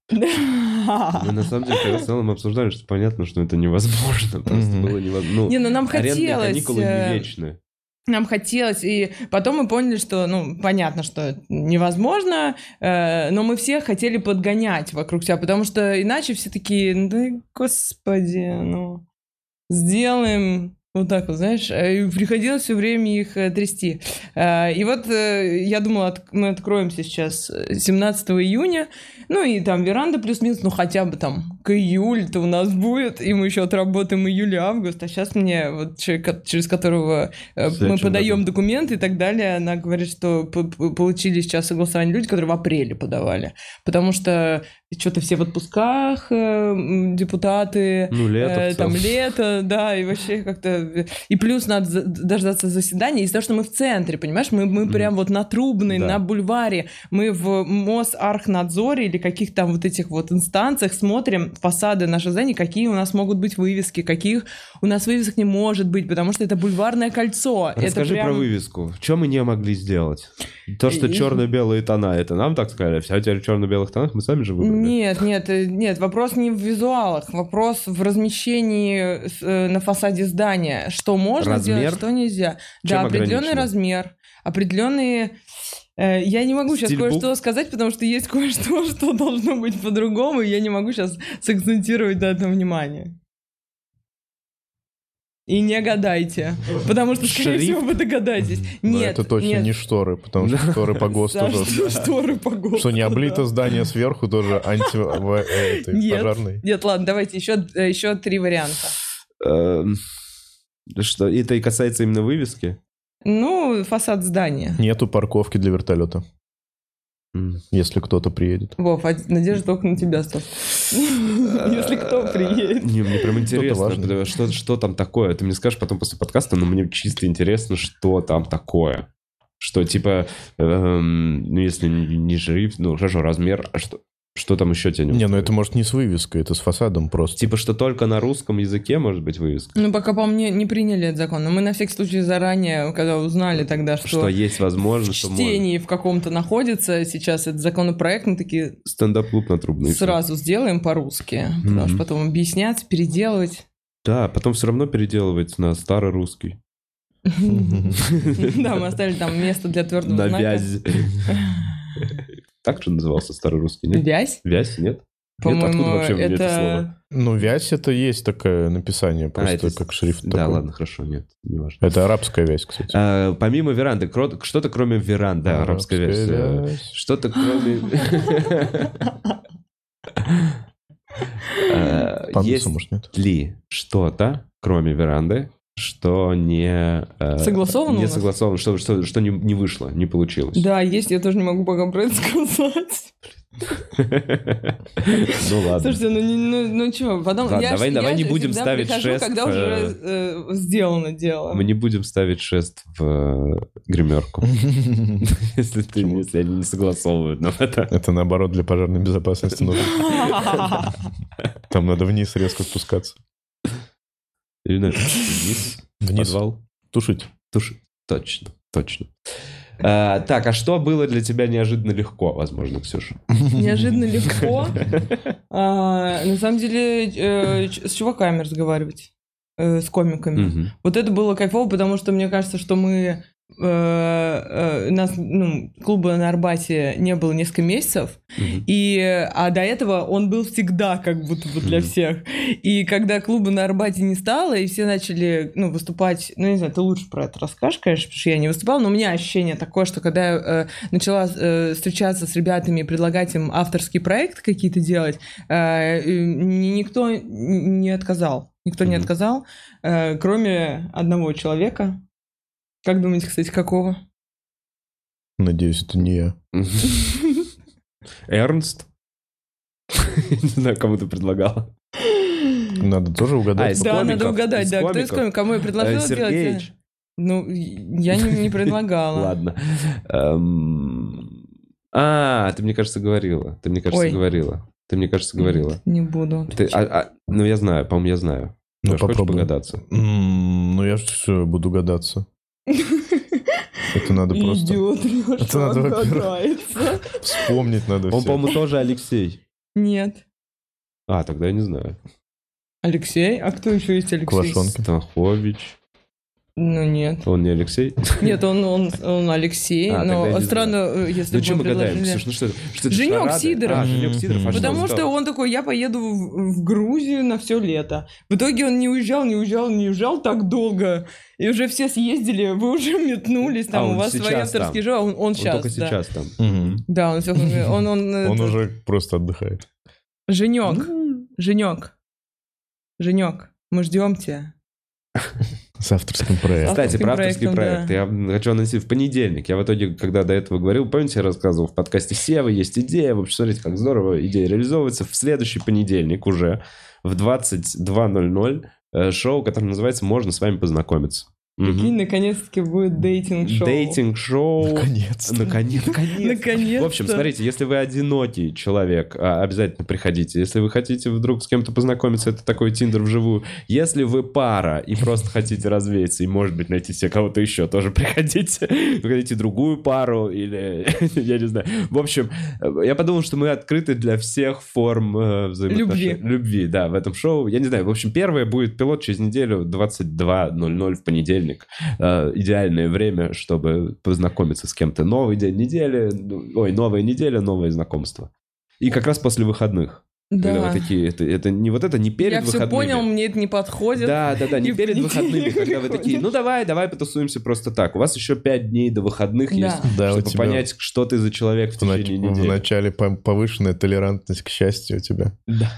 A: Мы на самом деле когда в целом обсуждали, что понятно, что это невозможно. Просто
C: Мгм.
A: было невозможно.
B: Не,
A: Ну,
B: ну нам
A: Арендные
B: хотелось.
A: каникулы
B: э,
A: не вечны.
B: Нам хотелось, и потом мы поняли, что, ну, понятно, что это невозможно, э, но мы все хотели подгонять вокруг себя, потому что иначе все такие, «Ну да, господи, ну, сделаем вот так вот, знаешь, э, и приходилось все время их э, трясти. Э, и вот э, я думала, от- мы откроемся сейчас э, 17 июня, ну и там веранда плюс-минус, ну хотя бы там к июль-то у нас будет, и мы еще отработаем июль и август, а сейчас мне вот человек, ко- через которого э,
A: В
B: мы
A: следующем
B: подаем
A: году.
B: документы и так далее, она говорит, что п- п- получили сейчас согласование люди, которые в апреле подавали, потому что что-то все в отпусках, э, м, депутаты,
A: Ну, лето
B: э,
A: в целом.
B: там лето, да, и вообще как-то... И плюс надо за- дождаться заседания. Из-за того, что мы в центре, понимаешь, мы, мы
A: Мгм.
B: прям вот на Трубной,
A: Да.
B: на Бульваре, мы в Мосархнадзоре или каких там вот этих вот инстанциях смотрим фасады наших зданий, какие у нас могут быть вывески, каких у нас вывесок не может быть, потому что это бульварное кольцо. Это
A: Расскажи
B: прям-
A: про вывеску. Что мы не могли сделать? То, что
B: И-
A: черно-белые тона, это нам так сказали. Все а теперь в черно-белых тонах мы сами же выбрали.
B: Нет, нет, э, нет, вопрос не в визуалах, вопрос в размещении с- э, на фасаде здания. Что можно
A: Размер?
B: делать, что нельзя.
A: Чем
B: да, определенный
A: ограничено?
B: размер, определенные. э, Я не могу сейчас
A: Стиль букв?
B: кое-что сказать, потому что есть кое-что, что должно быть по-другому, и я не могу сейчас сакцентировать на этом внимание. И не гадайте, потому что, скорее
A: Шрифт?
B: всего, вы догадаетесь.
C: Но
B: Нет,
C: это точно
B: нет.
C: не шторы, потому что шторы по ГОСТу
B: Саш,
C: тоже.
B: шторы по ГОСТу,
C: Что не облито
B: да.
C: здание сверху, тоже анти в- э, этой,
B: Нет.
C: пожарной.
B: Нет, ладно, давайте еще, э, еще три варианта.
A: Эм, Что, это и касается именно вывески?
B: Ну, фасад здания.
C: Нету парковки для вертолета,
A: М.
C: если кто-то приедет.
B: Вов, а надежда только на тебя, Стас. Если кто приедет.
A: Э, Не, мне прям интересно,
C: важное.
A: потому что, что там такое. Ты мне скажешь потом после подкаста, но мне чисто интересно, что там такое. Что типа, эм, ну если не не шрифт, ну хорошо, размер, а что, что там еще тебя не
C: Не, ну
A: устраивает?
C: это может не с вывеской, это с фасадом просто.
A: Типа, что только на русском языке может быть вывеска.
B: Ну, пока, по мне, не приняли этот закон. Но мы на всякий случай заранее, когда узнали тогда,
A: Что,
B: что
A: есть
B: в
A: возможность, что можно.
B: чтении в каком-то находится сейчас этот законопроект, мы такие
A: Стендап-клуб на трубной.
B: сразу сделаем по-русски. Потому
A: Ну Мгм.
B: что потом объяснять, переделывать.
A: Да, потом все равно переделывается на старорусский.
B: Да, мы оставили там место для твердого
A: На
B: знака.
A: вязь. Так же назывался старорусский, нет?
B: Вязь?
A: Вязь, нет? Нет, откуда
B: По-моему,
A: вообще у меня это слово?
B: это...
C: Ну, вязь это есть такое написание,
A: А,
C: просто
A: это-
C: как шрифт
A: Да,
C: такой. Э,
A: ладно, хорошо, нет, не важно.
C: Это арабская вязь, кстати.
A: А, Помимо веранды, кро- что-то кроме веранды, да, арабская э, версия.
C: вязь.
A: Что-то кроме... А,
C: Пандуса,
A: Есть
C: может, нет?
A: ли что-то, кроме веранды, что не... э,
B: Согласовано у
A: Не
B: вас?
A: согласовано, что, что, что не, не вышло, не получилось.
B: Да, есть, я тоже не могу пока про это сказать.
A: Ну ладно.
B: Слушайте, ну, не- ну, ну чё, потом...
A: Ладно,
B: я ж-
A: давай-
B: я
A: давай не
B: же
A: будем
B: всегда
A: ставить
B: прихожу,
A: шест,
B: когда
A: э,
B: уже э, сделано дело.
A: Мы не будем ставить шест в э, гримерку, если, ты, если они не согласовывают нам это.
C: Это наоборот для пожарной безопасности нужно. Там надо вниз резко спускаться.
A: Ирина, вниз,
C: Вниз.
A: подвал.
C: Тушить.
A: Туши. Точно, точно. А, так, а что было для тебя неожиданно легко, возможно, Ксюша?
B: Неожиданно легко. А, На самом деле, э, ч- с чуваками разговаривать, э, с комиками.
A: Мгм.
B: Вот это было кайфово, потому что мне кажется, что мы... э, э, нас, ну, клуба на Арбате не было несколько месяцев,
A: Мгм.
B: и, э, а до этого он был всегда как будто бы для
A: Мгм.
B: всех. И когда клуба на Арбате не стало, и все начали, ну, выступать, ну, не знаю, ты лучше про это расскажешь, конечно, потому что я не выступала, но у меня ощущение такое, что когда я э, начала э, встречаться с ребятами и предлагать им авторский проект какие-то делать, э, и ни- никто н- не отказал. Никто не
A: Мгм.
B: отказал, э, кроме одного человека. Как думаете, кстати, какого?
C: Надеюсь, это не я.
A: Эрнст? Не знаю, кому ты предлагала.
C: Надо тоже угадать.
A: из
B: да, надо
A: комиков,
B: угадать,
A: из
B: да. Кто из
A: комиков.
B: комиков? Кому я
A: Э,
B: предложила делать?
A: Сергеевич?
B: Ну, я не, не предлагала.
A: Ладно. Эм, А, ты мне кажется говорила. Ты мне кажется
B: Ой.
A: говорила. Ты мне кажется говорила.
B: Не буду.
A: Ты- а- а, Ну я знаю, по-моему, я знаю.
C: Ну,
A: Лёш, хочешь
C: попробуй.
A: погадаться?
C: М, Ну, я же все буду гадаться. Это надо просто
B: Идиот, Лёша,
C: Это надо,
B: он
C: во-первых.
B: катается.
C: вспомнить надо
A: Он,
C: все.
A: по-моему, тоже Алексей.
B: Нет.
A: А, тогда я не знаю.
B: Алексей? А кто еще есть Алексей?
C: Квашонки.
A: Стахович.
B: Ну нет.
A: Он не Алексей?
B: Нет, он, он, он Алексей,
A: А, тогда я
B: но
A: не
B: странно, э, если
A: Ну
B: бы
A: чем мы
B: мы
A: гадаем,
B: предложили-
A: Ксюш? Ну что это? Что это,
B: Женек
A: шарады?
B: Сидоров.
A: А, Женек
C: М.
A: Сидоров. а
B: Потому
A: за-
B: что он такой, я поеду в, в Грузию на все лето. В итоге он не уезжал, не уезжал, не уезжал так долго. И уже все съездили, вы уже метнулись, там
A: А, он
B: у вас свои
A: сейчас
B: авторские
A: там.
B: жо- а он, он
A: Он
B: сейчас,
A: только
B: да.
A: сейчас там.
C: Мгм.
B: Да, он, всё- он, он, э,
C: Он уже просто отдыхает.
B: Женек, Женек, Женек, мы ждем тебя.
C: С авторским проектом.
A: Кстати, про авторский
B: Авторским
A: проект.
B: проектом, да.
A: Я м, хочу анонсировать в понедельник. Я в итоге, когда до этого говорил, помните, я рассказывал в подкасте Сева, есть идея. В общем, смотрите, как здорово идея реализовывается. В следующий понедельник уже в 22.00 э, шоу, которое называется «Можно с вами познакомиться».
B: И
A: Мгм.
B: наконец-таки будет дейтинг-шоу.
A: Дейтинг-шоу.
C: Наконец.
A: Наконец, наконец.
B: Наконец-то.
A: В общем, смотрите, если вы одинокий человек, а, обязательно приходите. Если вы хотите вдруг с кем-то познакомиться, это такой Тиндер вживую. Если вы пара и просто хотите развеяться и, может быть, найти себе кого-то еще, тоже приходите. Вы хотите другую пару или... Я не знаю. В общем, э, я подумал, что мы открыты для всех форм э, взаимоотношений.
B: Любви.
A: Любви, да, в этом шоу. Я не знаю, в общем, первое будет пилот через неделю 22.00 в понедельник э, идеальное время, чтобы познакомиться с кем-то. Новый день недели, ну, ой, новая неделя, новые знакомства. И как раз после выходных.
B: Да.
A: Когда вы такие, это, это не вот это, не перед
B: я все
A: выходными.
B: понял, мне это не подходит.
A: Да, да, да, не
B: И в
A: перед
B: понедельник
A: выходными, когда вы
B: выходишь.
A: такие, ну давай, давай потусуемся просто так. У вас еще пять дней до выходных
B: Да.
A: есть,
C: Да, у
A: чтобы
C: тебя
A: понять, что ты за человек в
C: в, нач-
A: течение
C: в
A: недели.
C: начале по- повышенная толерантность к счастью у тебя.
A: Да.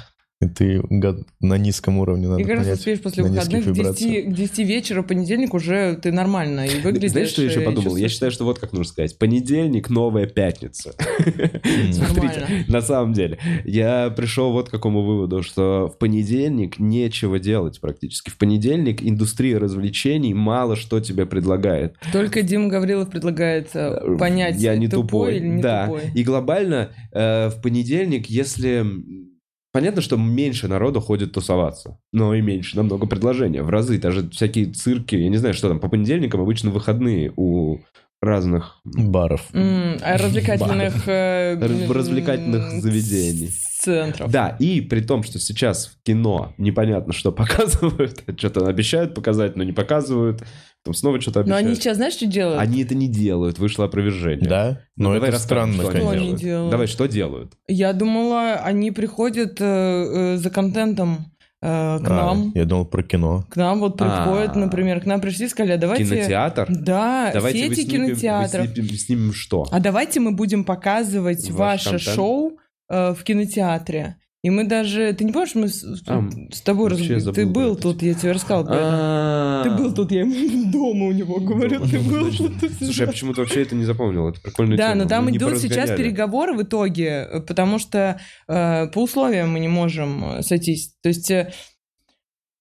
C: И ты гад- на низком уровне надо
B: И как раз
C: понять,
B: успеешь после
C: на низких
B: выходных к 10,
C: вибрациях.
B: к 10 вечера понедельник уже ты нормально и выглядишь.
A: Знаешь, что я еще
B: и
A: подумал? Я
B: чувствуешь-
A: считаю, что вот как нужно сказать. Понедельник, новая пятница. Смотрите,
B: Нормально.
A: на самом деле, я пришел вот к какому выводу, что в понедельник нечего делать практически. В понедельник индустрия развлечений мало что тебе предлагает.
B: Только Дима Гаврилов предлагает э, понять,
A: Я не тупой,
B: или не
A: да.
B: тупой.
A: И глобально э, в понедельник, если... Понятно, что меньше народу ходит тусоваться, но и меньше намного предложения. В разы даже всякие цирки, я не знаю, что там, по понедельникам обычно выходные у разных
C: Баров.
B: М, а Развлекательных... э,
A: Раз- развлекательных
B: м,
A: заведений.
B: с- Центров.
A: Да, и при том, что сейчас в кино непонятно, что показывают, что-то обещают показать, но не показывают, потом снова что-то
B: Но
A: обещают.
B: они сейчас, знаешь, что делают?
A: Они это не делают, вышло опровержение.
C: Да?
A: Ну,
C: Но
A: давай
C: это
A: расскажем,
C: странно,
A: что они
B: Что они
C: конечно.
A: делают.
B: делают?
A: Давай, что делают?
B: Я думала, они приходят э, э, за контентом э, к
C: А,
B: нам.
C: Я думал про кино.
B: К нам вот приходят,
A: А.
B: например, к нам пришли и сказали, а давайте...
A: Кинотеатр?
B: Да,
A: Давайте вы
B: сети
A: снимем- вы
B: кинотеатров.
A: снимем- снимем что?
B: А давайте мы будем показывать
A: Ваш
B: ваше
A: контент?
B: шоу э, в кинотеатре. И мы даже... Ты не помнишь, мы с, с-
A: А,
B: с тобой...
A: вообще
B: разговаривали? Ты
A: забыл про
B: был
A: это. А.
B: тут, я тебе рассказал. про это. Ты был тут, я ему дома у него говорю,
A: Дома,
B: ты
A: дома,
B: был
A: точно.
B: тут. ты всегда».
A: Слушай, а я почему-то вообще это не запомнил. Это прикольная
B: Да,
A: тема.
B: но там
A: Мы не
B: идут сейчас
A: поразгоняли.
B: переговоры в итоге, э, потому что э, по условиям мы не можем э, сойтись. То есть э,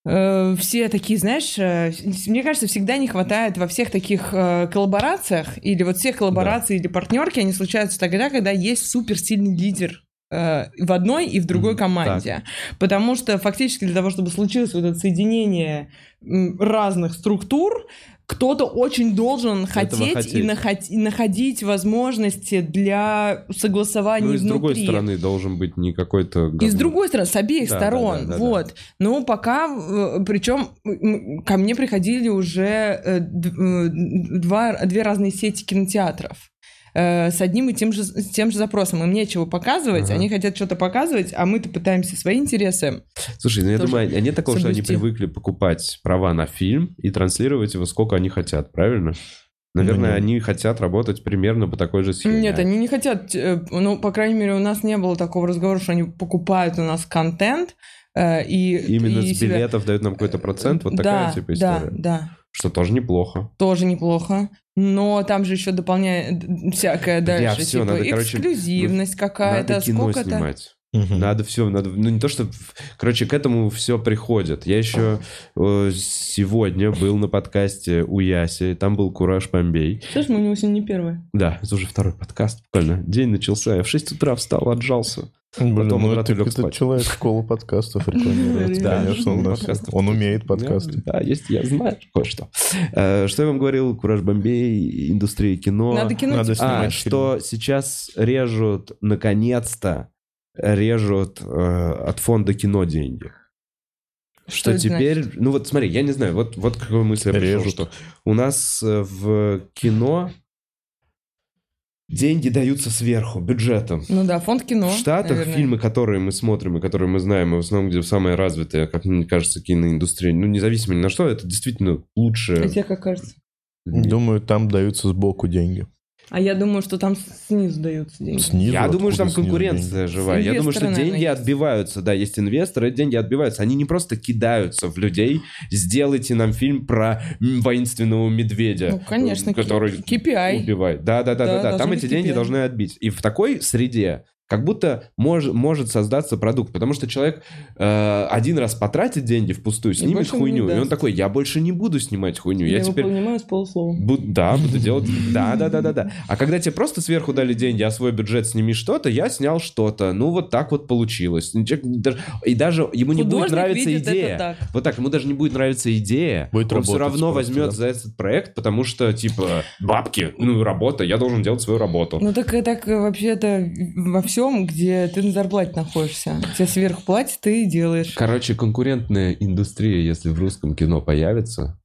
B: э, все такие, знаешь, э, с- мне кажется, всегда не хватает во всех таких э, коллаборациях, или вот всех коллабораций или партнерки, они случаются тогда, когда есть суперсильный лидер э, в одной и в другой
A: Мгм,
B: команде. Потому что фактически для того, чтобы случилось вот это соединение м, разных структур, кто-то очень должен хотеть, И,
A: хотеть.
B: нахот- и находить возможности для согласования
A: Ну и с другой
B: внутри.
A: стороны должен быть не какой-то...
B: И с
A: говно.
B: другой стороны, с обеих
A: Да, да,
B: сторон,
A: да, да, да.
B: вот. Но пока, э, причем ко мне приходили уже э, д- э, два, две разные сети кинотеатров э, с одним и тем же, с тем же запросом. Им нечего показывать,
A: Ага.
B: они хотят что-то показывать, а мы-то пытаемся свои интересы.
A: Слушай, ну я
B: Тоже
A: думаю, а нет такого, что они
B: соблюсти.
A: привыкли покупать права на фильм и транслировать его сколько они хотят, правильно? Наверное,
C: Ну, нет.
A: они хотят работать примерно по такой же схеме.
B: Нет, они не хотят, э, ну, по крайней мере, у нас не было такого разговора, что они покупают у нас контент э, и...
A: Именно
B: и
A: с
B: себя- Э,
A: билетов дают нам какой-то процент, вот
B: Да,
A: такая типа история.
B: Да, да.
A: Что тоже неплохо.
B: тоже неплохо. Но там же еще дополняет всякое дальше.
A: всё,
B: типа,
A: надо, короче,
B: эксклюзивность какая-то,
A: Надо кино
B: сколько-то.
A: снимать.
C: Мгм.
A: Надо все, надо, ну не то что, короче, к этому все приходит. Я еще э, сегодня был на подкасте у Яси, там был Кураж Бомбей.
B: Слышь, мы у него сегодня не первые.
A: Да, это уже второй подкаст буквально. День начался, я в 6 утра встал, отжался.
C: Блин,
A: Потом
C: ну
A: он
C: это,
A: рад и лёг
C: этот
A: спать.
C: человек школу подкастов рекламирует.
B: Да,
C: Конечно, он, у нас-
A: подкастов.
C: он умеет
A: Я-
C: подкасты.
A: Да, есть, я знаю кое-что. Э, Что я вам говорил, Кураж Бомбей, индустрия кино.
B: Надо кинуть.
C: Надо
A: А,
C: снимать фильм.
A: что сейчас режут, наконец-то, режут э, от фонда кино деньги.
B: А Что
A: Что,
B: это
A: теперь, ну вот смотри, я не знаю, вот, вот к какой мысли я пришел,
C: Режут.
A: что у нас э, в кино деньги даются сверху, бюджетом.
B: Ну да, фонд кино.
A: в Штатах
B: наверное.
A: фильмы, которые мы смотрим и которые мы знаем, и в основном, где самая развитая, как мне кажется, киноиндустрия, ну, независимо ни на что, это действительно
B: А
A: лучше.
B: тебе как кажется?
C: Думаю, там даются сбоку деньги.
B: А я думаю, что там снизу даются деньги.
C: Снизу,
A: Я думаю, что там
C: откуда снизу деньги?
A: конкуренция живая. Я думаю, что
B: Инвесторы, наверное,
A: деньги
B: есть.
A: отбиваются. Да, есть инвесторы, деньги отбиваются. Они не просто кидаются в людей. Сделайте нам фильм про м, воинственного медведя.
B: Ну, конечно,
A: м, который
B: K- KPI.
A: убивает. Да, да, да,
B: Да,
A: да, да.
B: должны
A: Там
B: быть
A: эти деньги
B: KPI.
A: должны отбить. И в такой среде как будто мож- может создаться продукт, потому что человек э, один раз потратит деньги впустую, снимет
B: больше не
A: хуйню, и он
B: даст.
A: такой, я больше не буду снимать хуйню, я,
B: его
A: теперь
B: понимаю с полуслова.
A: Бу- да, буду делать. Да, да, да, да, да. А когда тебе просто сверху дали деньги, а свой бюджет сними что-то, я снял что-то. Ну, вот так вот получилось. Ну, человек даже- И даже ему не будет
B: Художник
A: нравиться
B: видит
A: идея.
B: это так.
A: Вот так, ему даже не будет нравиться идея.
C: Будет
A: он все
C: работать
A: равно
C: просто,
A: возьмет
C: да.
A: за этот проект, потому что, типа, бабки, ну, работа, я должен делать свою работу.
B: Ну так, э, так э, вообще-то во всем, где ты на зарплате находишься. Тебе сверху платят, ты и делаешь.
A: Короче, конкурентная индустрия, если в русском кино появится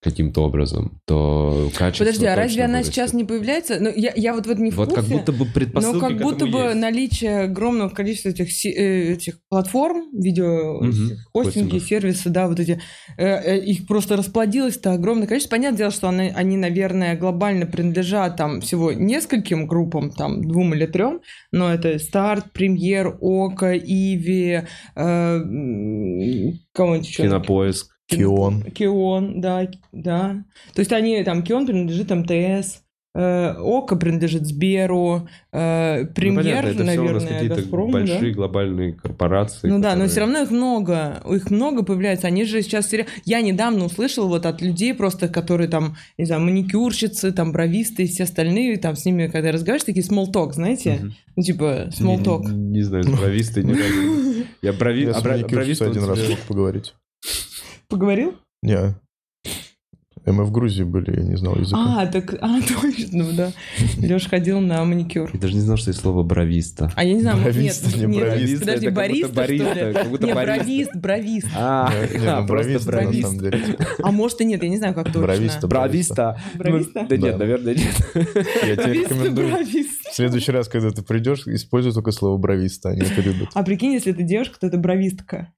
A: каким-то образом, то качество
B: Подожди, а
A: точно
B: разве она
A: вырастет.
B: сейчас не появляется? Ну, я, я вот в этом не в
A: Вот
B: курсе.
A: как будто бы предпосылки
B: Но
A: к
B: как
A: этому
B: будто бы
A: есть.
B: наличие огромного количества этих, си- э, этих платформ, видео,
A: Мгм,
B: этих хостинги,
A: хостингов.
B: сервисы, да, вот эти, э, э, их просто расплодилось-то огромное количество. Понятное дело, что они, они, наверное, глобально принадлежат там всего нескольким группам, там двум или трем, но это Старт, Премьер, Ока, Иви, э, м, кого-нибудь еще.
A: Кинопоиск.
C: Кион.
B: Кион, да, к- да. То есть они там, Кион принадлежит МТС, э, Око принадлежит Сберу, э,
A: Ну,
B: Премьер,
A: понятно, это все у нас
B: наверное,
A: какие-то
B: Газпрому, да?
A: большие глобальные корпорации.
B: Ну да, но
A: которые-
B: все равно их много, их много появляется. Они же сейчас... сере- Я недавно услышала вот от людей просто, которые там, не знаю, маникюрщицы, там, бровисты и все остальные, там, с ними, когда разговариваешь, такие small talk, знаете?
A: Мгм.
B: Ну, типа,
A: Не-
B: small talk.
A: Не, не знаю, с бровистой не разу. Я брови...
C: Я
A: а
C: с
A: бра-
C: маникюрщицей
A: бровист он
C: один раз
A: тебе-
C: мог поговорить.
B: Поговорил?
C: Не. Мы в Грузии были, я не знал языка.
B: А, так, а, точно, да. Леша ходил на маникюр.
A: Я даже не знал, что есть слово «бровиста».
B: А я не знаю,
C: Бровист,
B: нет,
C: не
B: нет,
C: бровист,
B: подожди,
A: это как
B: бариста,
A: будто бариста,
B: что ли?
A: как будто
B: Нет,
A: бариста.
B: бровист, бровист.
A: А,
C: Не, ну, бровист,
A: просто
C: на
B: бровист.
C: самом деле.
B: А может и нет, я не знаю, как точно.
C: Бровист,
A: Бровиста.
B: Бровиста?
A: Ну, Да нет,
C: Да.
A: наверное, нет.
C: Я тебе
B: Бровист,
C: рекомендую.
B: бровист.
C: В следующий раз, когда ты придешь, используй только слово бровиста, они это любят.
B: А прикинь, если ты девушка, то это бровистка.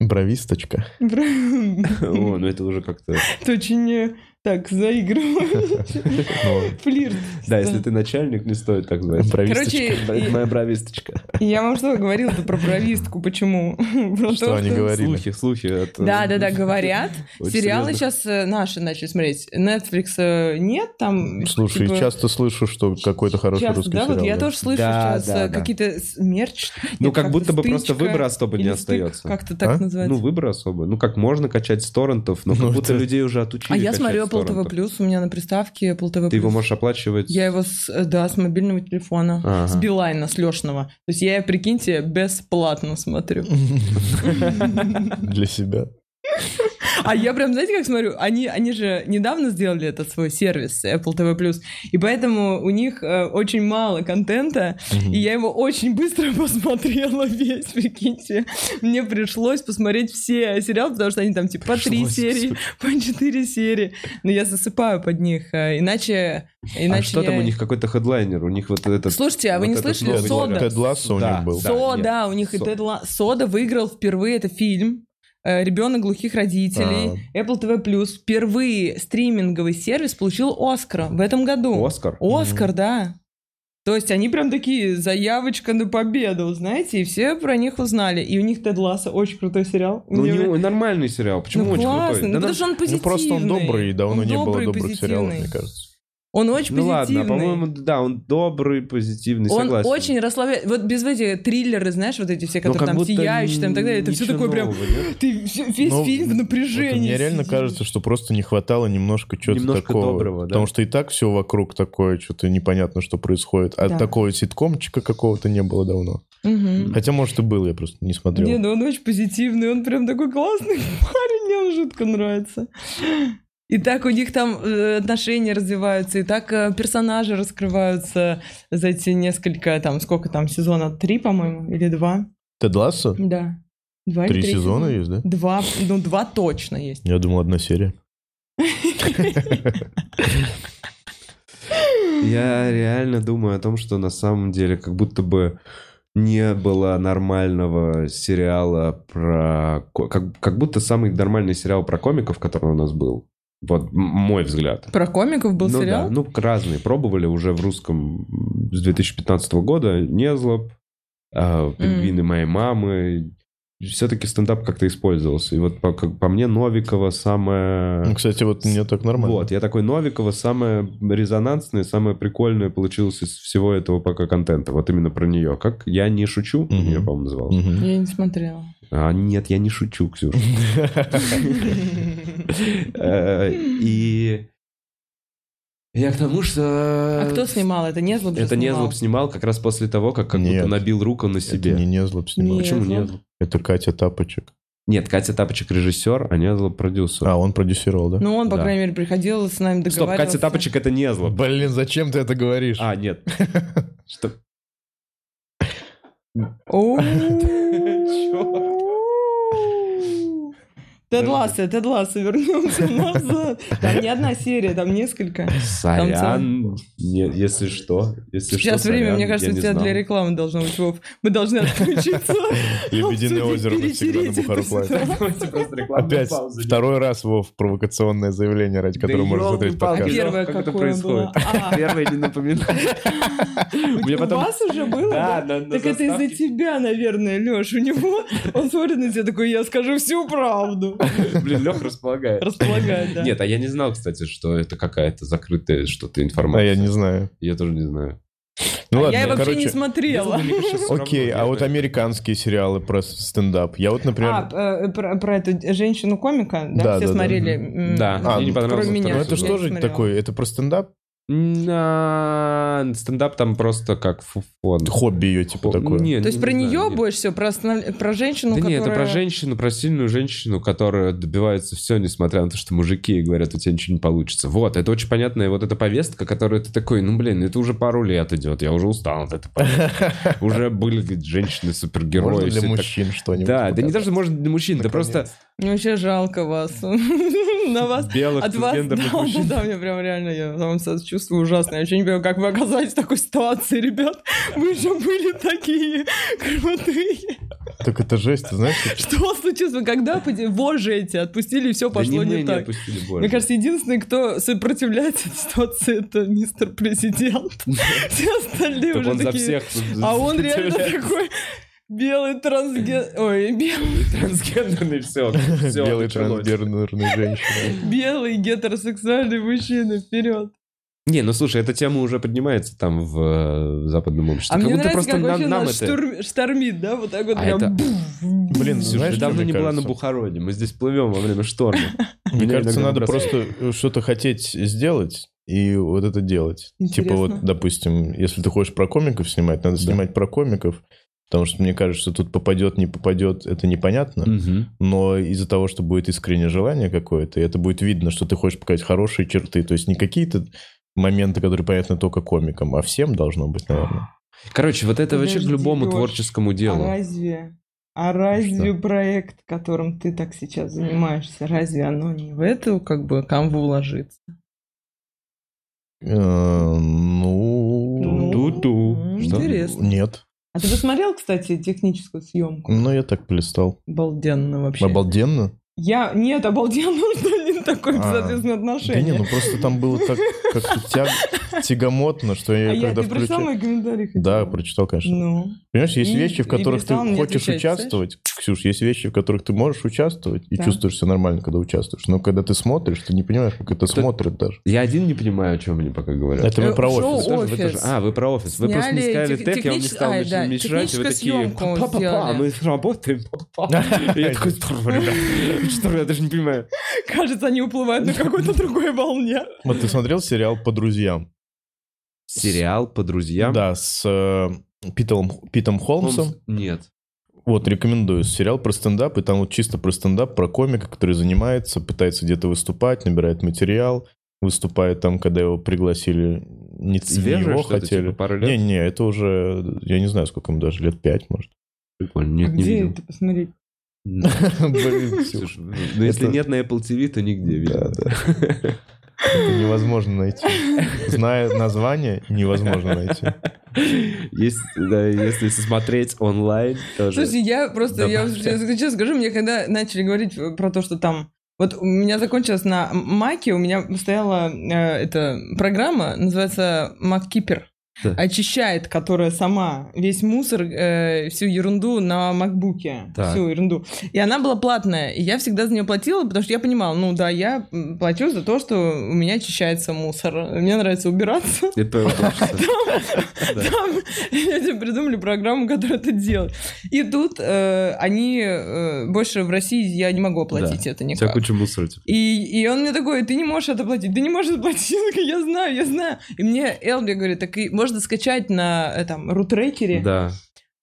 C: Бровисточка.
B: Бра-
A: О, ну это уже как-то...
B: Это очень э, так заигрывает.
C: Ну,
B: Флирт.
A: Да, если ты начальник, не стоит так звать.
C: Бровисточка.
B: Короче,
A: Это моя бровисточка.
B: и- и я вам что говорила-то про бровистку, почему? Про
C: Что
B: то,
C: они говорили?
A: Слухи, слухи. это-
B: Да-да-да, говорят.
A: Очень
B: Сериалы
A: серьезно.
B: сейчас э, наши начали смотреть. Netflix э, нет там.
C: Слушай,
B: типа,
C: часто слышу, что какой-то хороший
B: часто,
C: русский
B: да,
C: сериал.
B: вот я
C: да.
B: тоже слышу
A: Да,
B: сейчас
A: да,
B: э,
A: да.
B: какие-то с- мерч.
A: Ну,
B: нет,
A: как будто бы просто
B: стычка
A: выбора особо не
B: или стык,
A: остается.
B: Как-то так
C: А?
A: Ну,
B: называется.
A: выбора особо. Ну, как можно качать с торрентов, но как
C: Ну,
A: будто
C: это-
A: людей уже отучили
B: а я
A: качать
B: смотрю
A: с
B: Apple TV+,
A: торрентов.
B: плюс, у меня на приставке Apple TV+.
A: Ты его можешь А, оплачивать...
B: Я его, с, э, да, с мобильного телефона,
A: Ага.
B: с Билайна, с Лешного. То есть я, прикиньте, бесплатно смотрю.
C: Для себя.
B: А я прям, знаете, как смотрю, они, они же недавно сделали этот свой сервис Apple TV+, и поэтому у них э, очень мало контента, и я его очень быстро посмотрела весь, прикиньте. Мне пришлось посмотреть все сериалы, потому что они там типа по три
C: Пришлось,
B: серии, по четыре серии. Но я засыпаю под них, э, иначе... иначе
A: А что там
B: я-
A: у них какой-то хедлайнер? У них вот этот...
B: Слушайте, а вы
A: вот
B: не
A: этот
B: слышали?
A: новый
B: Сода.
A: говорят.
C: Тед Лассо у
A: Да,
C: них был.
A: да.
B: Сода,
A: нет.
B: у них и
A: Со-
B: Тед Ла- Сода выиграл впервые, это фильм, э, «Ребенок глухих родителей», Apple TV+, впервые стриминговый сервис получил Оскара в этом году.
A: Оскар?
B: Оскар, да. То есть они прям такие, заявочка на победу, знаете, и все про них узнали. И у них Тед Ласса очень крутой сериал.
A: Ну,
B: Мне-
A: не- нормальный сериал. Почему
B: ну,
A: очень
B: классно,
A: крутой?
B: ну,
A: Да
B: потому
A: нам-
B: что он
C: Ну,
B: позитивный.
C: просто он добрый, и давно
B: Он
C: не было
B: добрый,
C: добрых сериалов,
B: позитивный.
C: мне кажется.
B: Он очень
A: Ну ладно,
B: позитивный.
A: по-моему, да, он добрый, позитивный,
B: Он
A: согласен.
B: очень расслабляет. Вот без эти триллеры, знаешь, вот эти все,
A: Ну,
B: которые
A: как
B: там
A: будто
B: сияющие, там и так далее, это все
A: ничего
B: такое прям...
A: нового, нет?
B: Ты вс- весь
C: Ну,
B: фильм в
C: Вот
B: напряжении.
C: мне реально
B: сидишь.
C: кажется, что просто не хватало немножко чего-то
A: Немножко
C: такого.
A: доброго, да.
C: Потому что и так все вокруг такое, что-то непонятно, что происходит. А
B: Да.
C: такого ситкомчика какого-то не было давно.
B: Мгм.
C: Хотя, может, и был, я просто не смотрел.
B: Не, ну он очень позитивный, он прям такой классный парень, мне он жутко нравится. И так у них там э, отношения развиваются, и так э, персонажи раскрываются за эти несколько, там, сколько там, сезона? Три, по-моему, или два?
C: Тед Лассо?
B: Да. Два или
C: Три сезона есть, да?
B: Два, ну два точно есть.
C: Я думал, одна серия.
A: Я реально думаю о том, что на самом деле как будто бы не было нормального сериала про... ко- Как, как будто самый нормальный сериал про комиков, который у нас был. Вот м- мой взгляд.
B: Про комиков был
A: ну
B: сериал?
A: да, ну разные. Пробовали уже в русском с 2015 года. Незлоб, а, «Пингвины моей мамы». Все-таки стендап как-то использовался. И вот по, как по мне Новикова самая...
C: Ну, Кстати, вот мне так нормально.
A: Вот, я такой Новикова, самое резонансное, самое прикольное получилось из всего этого пока контента. Вот именно про нее. Как я не шучу,
C: Мгм.
A: я, по-моему, называл.
C: Мгм.
B: Я не смотрела.
A: А, нет, я не шучу, Ксюша. Э, И я к тому, что...
B: А кто снимал? Это не злоб
A: Это Незлоб снимал как раз после того, как как
C: Нет.
A: будто набил руку на
C: Это не
A: себе.
C: Незлоб снимал.
B: Не-
A: Почему
B: Незлоб.
A: Незлоб?
C: Это Катя Тапочек.
A: Нет, Катя Тапочек режиссер, а Незлоб продюсер.
C: А, он продюсировал, да?
B: Ну, он, по
A: Да.
B: крайней мере, приходил с нами
A: Стоп,
B: договаривался.
A: Катя Тапочек это Незлоб.
C: Блин, зачем ты это говоришь?
A: А, нет. Что?
B: Оу. Тед
A: Подожди.
B: Ласса, Тед Ласса, вернемся назад. Там не одна серия, там несколько.
A: Сорян, не- если что. Если
B: Сейчас
A: что,
B: время,
A: сорян,
B: мне кажется,
A: я
B: у
A: не
B: тебя
A: знал.
B: для рекламы должно быть, Вов. Мы должны отключиться. обсудить,
C: Лебединое озеро навсегда на
B: перетереть эту
C: Бухару плавит.
B: ситуацию.
A: Давайте просто рекламную
C: Опять
A: паузу.
C: второй раз, Вов, провокационное заявление, ради
A: Да
C: которого можно смотреть
A: ёлки-палки,
C: подкаст.
B: Первое
A: как это
B: какое
A: происходит?
B: было? А.
A: Первое не напоминаю. Мне
B: У
A: потом...
B: вас уже было? да?
A: Да, на- на
B: Так это из-за
A: заставке.
B: тебя, наверное, Леш. У него он смотрит на тебя такой, я скажу всю правду.
A: Блин, Лех располагает.
B: Располагает, да.
A: Нет, а я не знал, кстати, что это какая-то закрытая что-то
C: А я
A: информация.
C: не знаю.
A: Я тоже не знаю.
C: Ну
B: А
C: ладно,
B: я вообще не
C: короче.
B: смотрела.
C: Окей, а вот американские сериалы про стендап. Я вот,
B: А,
C: например...
B: э, про, про эту женщину-комика, да,
C: Да,
B: все
C: да, да.
B: смотрели?
C: Мгм.
B: М,
A: Да.
C: А,
A: мне не понравился второй
B: кроме меня.
A: сезон.
C: Ну это
B: я
C: что
B: не
C: же
B: смотрела.
C: такое? Это про стендап?
A: На- Стендап там просто как фу- фон.
C: Хобби ее, типа,
A: Хо-
C: такое.
A: Не,
B: То есть
A: не
B: про
A: знаю,
B: нее
A: нет.
B: больше всего, про, останов- про женщину,
A: Да
B: которая...
A: нет, это про женщину, про сильную женщину, которая добивается все, несмотря на то, что мужики ей говорят, у тебя ничего не получится. Вот, это очень понятная вот эта повестка, которую ты такой, ну, блин, это уже пару лет идет, я уже устал от этой повестки. Уже были говорит, женщины-супергерои.
C: Можно
A: все
C: для
A: так-
C: мужчин что-нибудь
A: Да, да не
C: показать?
A: даже можно для мужчин, да просто
B: Мне вообще жалко вас. На вас.
A: белых
B: От вас, да,
A: трансгендерных мужчин.
B: да, да, мне прям реально, я вам сейчас чувствую ужасно. Я вообще не понимаю, как вы оказались в такой ситуации, ребят. Вы же были такие крутые.
C: Так это жесть, ты знаешь, что-
B: Что случилось? Вы когда поди- вожжи эти отпустили, и все
A: Да не
B: пошло
A: мы
B: не
A: не
B: так.
A: отпустили
B: Мне
A: больше.
B: кажется, единственный, кто сопротивляется этой ситуации, это мистер президент. Все остальные
A: Так
B: уже
A: он за
B: такие...
A: всех.
B: А он реально такой белый трансген... Ой, бел-
A: Трансгендерный, все.
C: белый трансгендерный женщина.
B: белый гетеросексуальный мужчина, вперед.
A: Не, ну слушай, эта тема уже поднимается там в э, западном обществе.
B: А
A: Как
B: мне
A: будто просто
B: нравится, как
A: нам-
B: вообще
A: нам
B: нас
A: это...
B: штурм- штормит, да? Вот так вот
A: А
B: прям
A: это-
B: бум.
C: Блин,
A: Слушай,
C: знаешь, что
A: давно
C: мне
A: не была на
C: кажется?
A: Бухароне. Мы здесь плывем во время шторма.
C: Мне
A: Меня
C: кажется,
A: иногда
C: надо
A: выбрасывает.
C: просто э, что-то хотеть сделать и вот это делать. Типа
B: Интересно.
C: вот, допустим, если ты хочешь про комиков снимать, надо
A: Да.
C: снимать про комиков, потому что, мне кажется, тут попадет, не попадет, это непонятно.
A: Мгм.
C: Но из-за того, что будет искреннее желание какое-то, и это будет видно, что ты хочешь показать хорошие черты. То есть не какие-то моменты, которые понятны только комикам, а всем должно быть, наверное.
A: Короче, вот это вообще к
B: Подожди,
A: любому
B: Лёш.
A: творческому
B: А
A: делу.
B: разве... А разве
C: Что?
B: проект, которым ты так сейчас занимаешься, разве оно не в эту как бы камву ложится?
C: Э, Ну...
A: Ду-ду.
B: м,
A: Что?
B: Интересно.
C: Нет.
B: А ты посмотрел, кстати, техническую съемку?
C: Но я так полистал.
B: Обалденно вообще.
C: Обалденно.
B: Я... Нет, обалденно, что не такое,
C: А,
B: соответственно,
C: Да не,
B: отношение.
C: ну просто там было так как-то тяг- тягомотно, что
B: а
C: я
B: я,
C: когда
B: ты прочитал
C: включил...
B: мои комментарии? хотя
C: Да,
B: бы?
C: прочитал, конечно.
B: Ну,
C: Понимаешь, есть
B: И-
C: вещи, в
B: и
C: которых ты
B: перестал мне
C: хочешь
B: отвечать, представляешь?
C: участвовать. Ксюш, есть вещи, в которых ты можешь участвовать и
B: Да.
C: чувствуешь себя нормально, когда участвуешь. Но когда ты смотришь, ты не понимаешь, как
A: Это-
C: это смотрят даже.
A: Я один не понимаю, о чем они пока говорят.
C: Это мы
B: Э,
C: про
B: шоу
C: офис.
A: Вы тоже- вы
B: офис.
A: тоже- А, вы про офис. Вы просто не
B: Сняли
A: сказали
B: тех-
A: тег, я вам не
B: технич-
A: стал
B: ай, да,
A: меш- мешать. и Вы
B: техническую
A: такие,
B: съемку
A: «Па-па-па,
B: сделали».
A: мы работаем. па-па-па». И Я такой, «Здорово, ребят. Что, я даже не понимаю.
B: кажется, они уплывают на какой-то другой волне.
C: Вот ты смотрел сериал по друзьям?
A: Сериал по друзьям.
C: Да, с э, Питом, Питом Холмсом.
A: Холмс- Нет.
C: Вот, рекомендую. Сериал про стендап, и там вот чисто про стендап, про комика, который занимается, пытается где-то выступать, набирает материал, выступает там, когда его пригласили, не, не
A: Свежее
C: его
A: что-то,
C: хотели.
A: типа, пару лет?
C: Не-не, это уже, я не знаю, сколько ему даже, лет пять, может.
A: Прикольно, нет, не
B: А Где
A: видел.
B: это посмотреть?
C: Блин,
A: Слушай,
C: Ксюша,
A: ну, если
C: Это-
A: нет на Apple TV, то нигде,
C: Да,
A: видимо.
C: да. Это невозможно найти. Зная название, невозможно найти.
A: Если, да, если смотреть онлайн, тоже.
B: Слушай, я просто, я
A: Добавь.
B: вот честно честно скажу, мне когда начали говорить э, про то, что там... Вот у меня закончилась на Маке, у меня стояла э, эта программа, называется MacKeeper.
A: Да.
B: Очищает, которая сама весь мусор, э, всю ерунду на макбуке,
A: Так.
B: всю ерунду. И она была платная, и я всегда за нее платила, потому что я понимала, ну да, я м, плачу за то, что у меня очищается мусор, мне нравится убираться,
A: Это твоя творчество. Да.
B: там люди придумали программу, которая это делает. И тут э, они э, больше в России я не могу оплатить это
A: У тебя
B: никак.
A: куча мусора. типа.
B: И, и он мне такой, ты не можешь это платить, ты не можешь оплатить. Я такая, я знаю, я знаю. И мне Элби говорит, так и можно скачать на э, там рутрекере.
A: Да.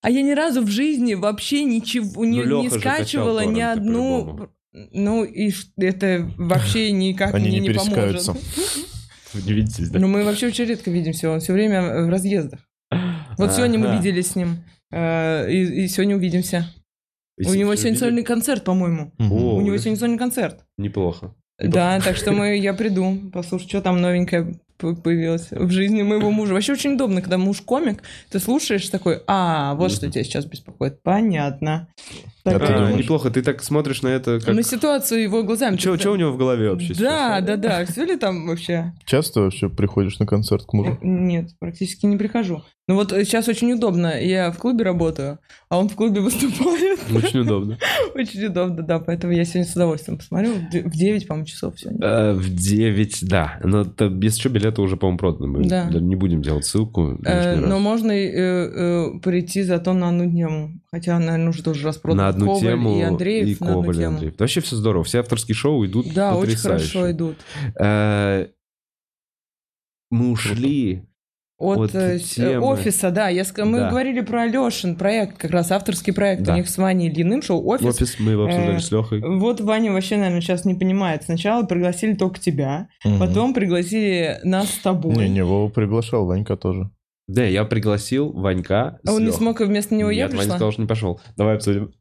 B: А я ни разу в жизни вообще ничего не,
A: Ну,
B: не
A: Лёха же
B: скачивала
A: качал
B: ни
A: торренты
B: одну.
A: по-любому.
B: Ну и ш- это вообще никак
C: Они
B: мне
C: не
B: не поможет.
C: пересекаются.
A: Вы не видите здесь, да?
B: Ну мы вообще очень редко видимся, он все время в разъездах. Вот сегодня мы
A: Ага.
B: виделись с ним. э, И, и сегодня увидимся.
A: И
B: у него
A: всё
B: сегодня
A: видели?
B: сольный концерт, по-моему.
A: О,
B: у него
A: видишь?
B: сегодня сольный концерт.
A: Неплохо.
B: Да, так что мы, я приду, послушаю, что там новенькое п- появилось в жизни моего мужа. Вообще очень удобно, когда муж комик, ты слушаешь такой, а, вот что
A: Мгм.
B: тебя сейчас беспокоит. Понятно.
C: А
B: Так,
C: ты
A: А,
B: э,
C: думаешь?
A: Неплохо. Ты так смотришь на это, как... А
B: На ситуацию его глазами.
A: Че
B: Ты-
A: у него в голове вообще
B: Ну, Да,
A: сейчас?
B: да, да. Все ли там вообще?
C: Часто вообще приходишь на концерт к
B: Э,
C: мужу?
B: Нет, практически не прихожу. Ну вот сейчас очень удобно. Я в клубе работаю, а он в клубе выступает.
A: Очень удобно.
B: Очень удобно, да, поэтому я сегодня с удовольствием посмотрю. В де- в 9, по-моему, часов сегодня.
A: Э, В 9, да. Но это- если что, билеты уже, по-моему, проданы. были.
B: Да.
A: Не будем делать ссылку.
B: Э,
A: лишний раз.
B: Но можно и, э, э, прийти зато на одну тему. Хотя, наверное, уже тоже
A: на
B: распродан.
A: одну
B: Коваль
A: тему
B: и Андреев
A: и
B: на одну
A: Коваль и
B: тему.
A: Андреев. Вообще все здорово. Все авторские шоу идут
B: Да, очень
A: потрясающе.
B: хорошо идут.
A: Э, мы ушли.
B: От,
A: От
B: э,
A: темы.
B: офиса, да. Я ск- Мы
A: Да.
B: говорили про Алешин проект, как раз авторский проект
A: Да.
B: у них с Ваней Ильиным, шоу
A: в
B: «Офис».
A: офис, мы его обсуждали
B: э,
A: с Лехой.
B: Вот Ваня вообще, наверное, сейчас не понимает. Сначала пригласили только тебя,
C: Мгм.
B: потом пригласили нас с тобой.
C: Не-не, Вова приглашал, Ванька тоже.
A: Да, я пригласил Ванька.
B: А
A: с
B: он не
A: Лёхой.
B: смог, и вместо него я
A: Нет, Ваня
B: пришла?
A: сказал, что не пошел. Давай обсудим.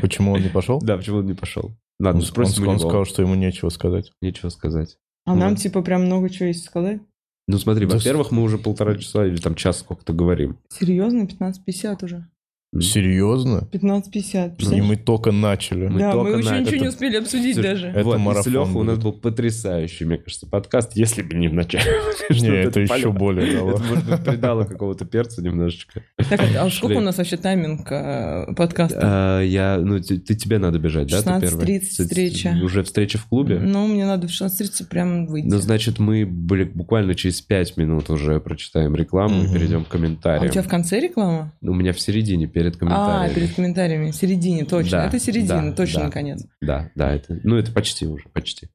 C: Почему он не пошел?
A: Да, почему он не пошел?
C: Он,
A: Ладно,
C: он
A: спросим у
C: он
A: него.
C: сказал, что ему нечего сказать.
A: Нечего сказать.
B: А нам,
A: Ну.
B: типа, прям много чего есть сказать.
A: Ну смотри,
C: Да
A: во-первых, мы уже полтора часа или там час сколько-то говорим.
B: Серьезно, 15.50 уже.
A: Мгм.
C: Серьезно?
B: 15.50.
C: И
B: представляешь?
C: мы только начали.
A: Ну, Мы
B: да,
A: только
B: мы еще
A: на-
B: ничего не
A: это-
B: успели обсудить
A: это-
B: даже.
C: это
A: вот, и с
C: марафон
A: Лехой у нас
C: будет.
A: был потрясающий, мне кажется, подкаст, если бы не в начале.
C: Не, это еще более того.
A: Это, может быть, придало какого-то перца немножечко.
B: Так, а
A: Шли.
B: сколько у нас вообще тайминг э, подкаста?
A: А, Я, ну, ты ты- тебе надо бежать, да? ты первая?
B: 16:30 встреча.
A: Уже встреча в клубе?
B: Ну, мне надо в 16.30 прям выйти.
A: Ну, значит, мы бли- буквально через 5 минут уже прочитаем рекламу и
C: Мгм.
A: перейдем к
B: а у тебя в
A: комментариям.
B: конце реклама?
A: У меня в середине, перед
B: А,
A: комментариями.
B: перед комментариями. В середине, точно.
A: Да,
B: это середина,
A: да,
B: точно,
A: да.
B: наконец.
A: Да, да, это, ну это почти уже, почти.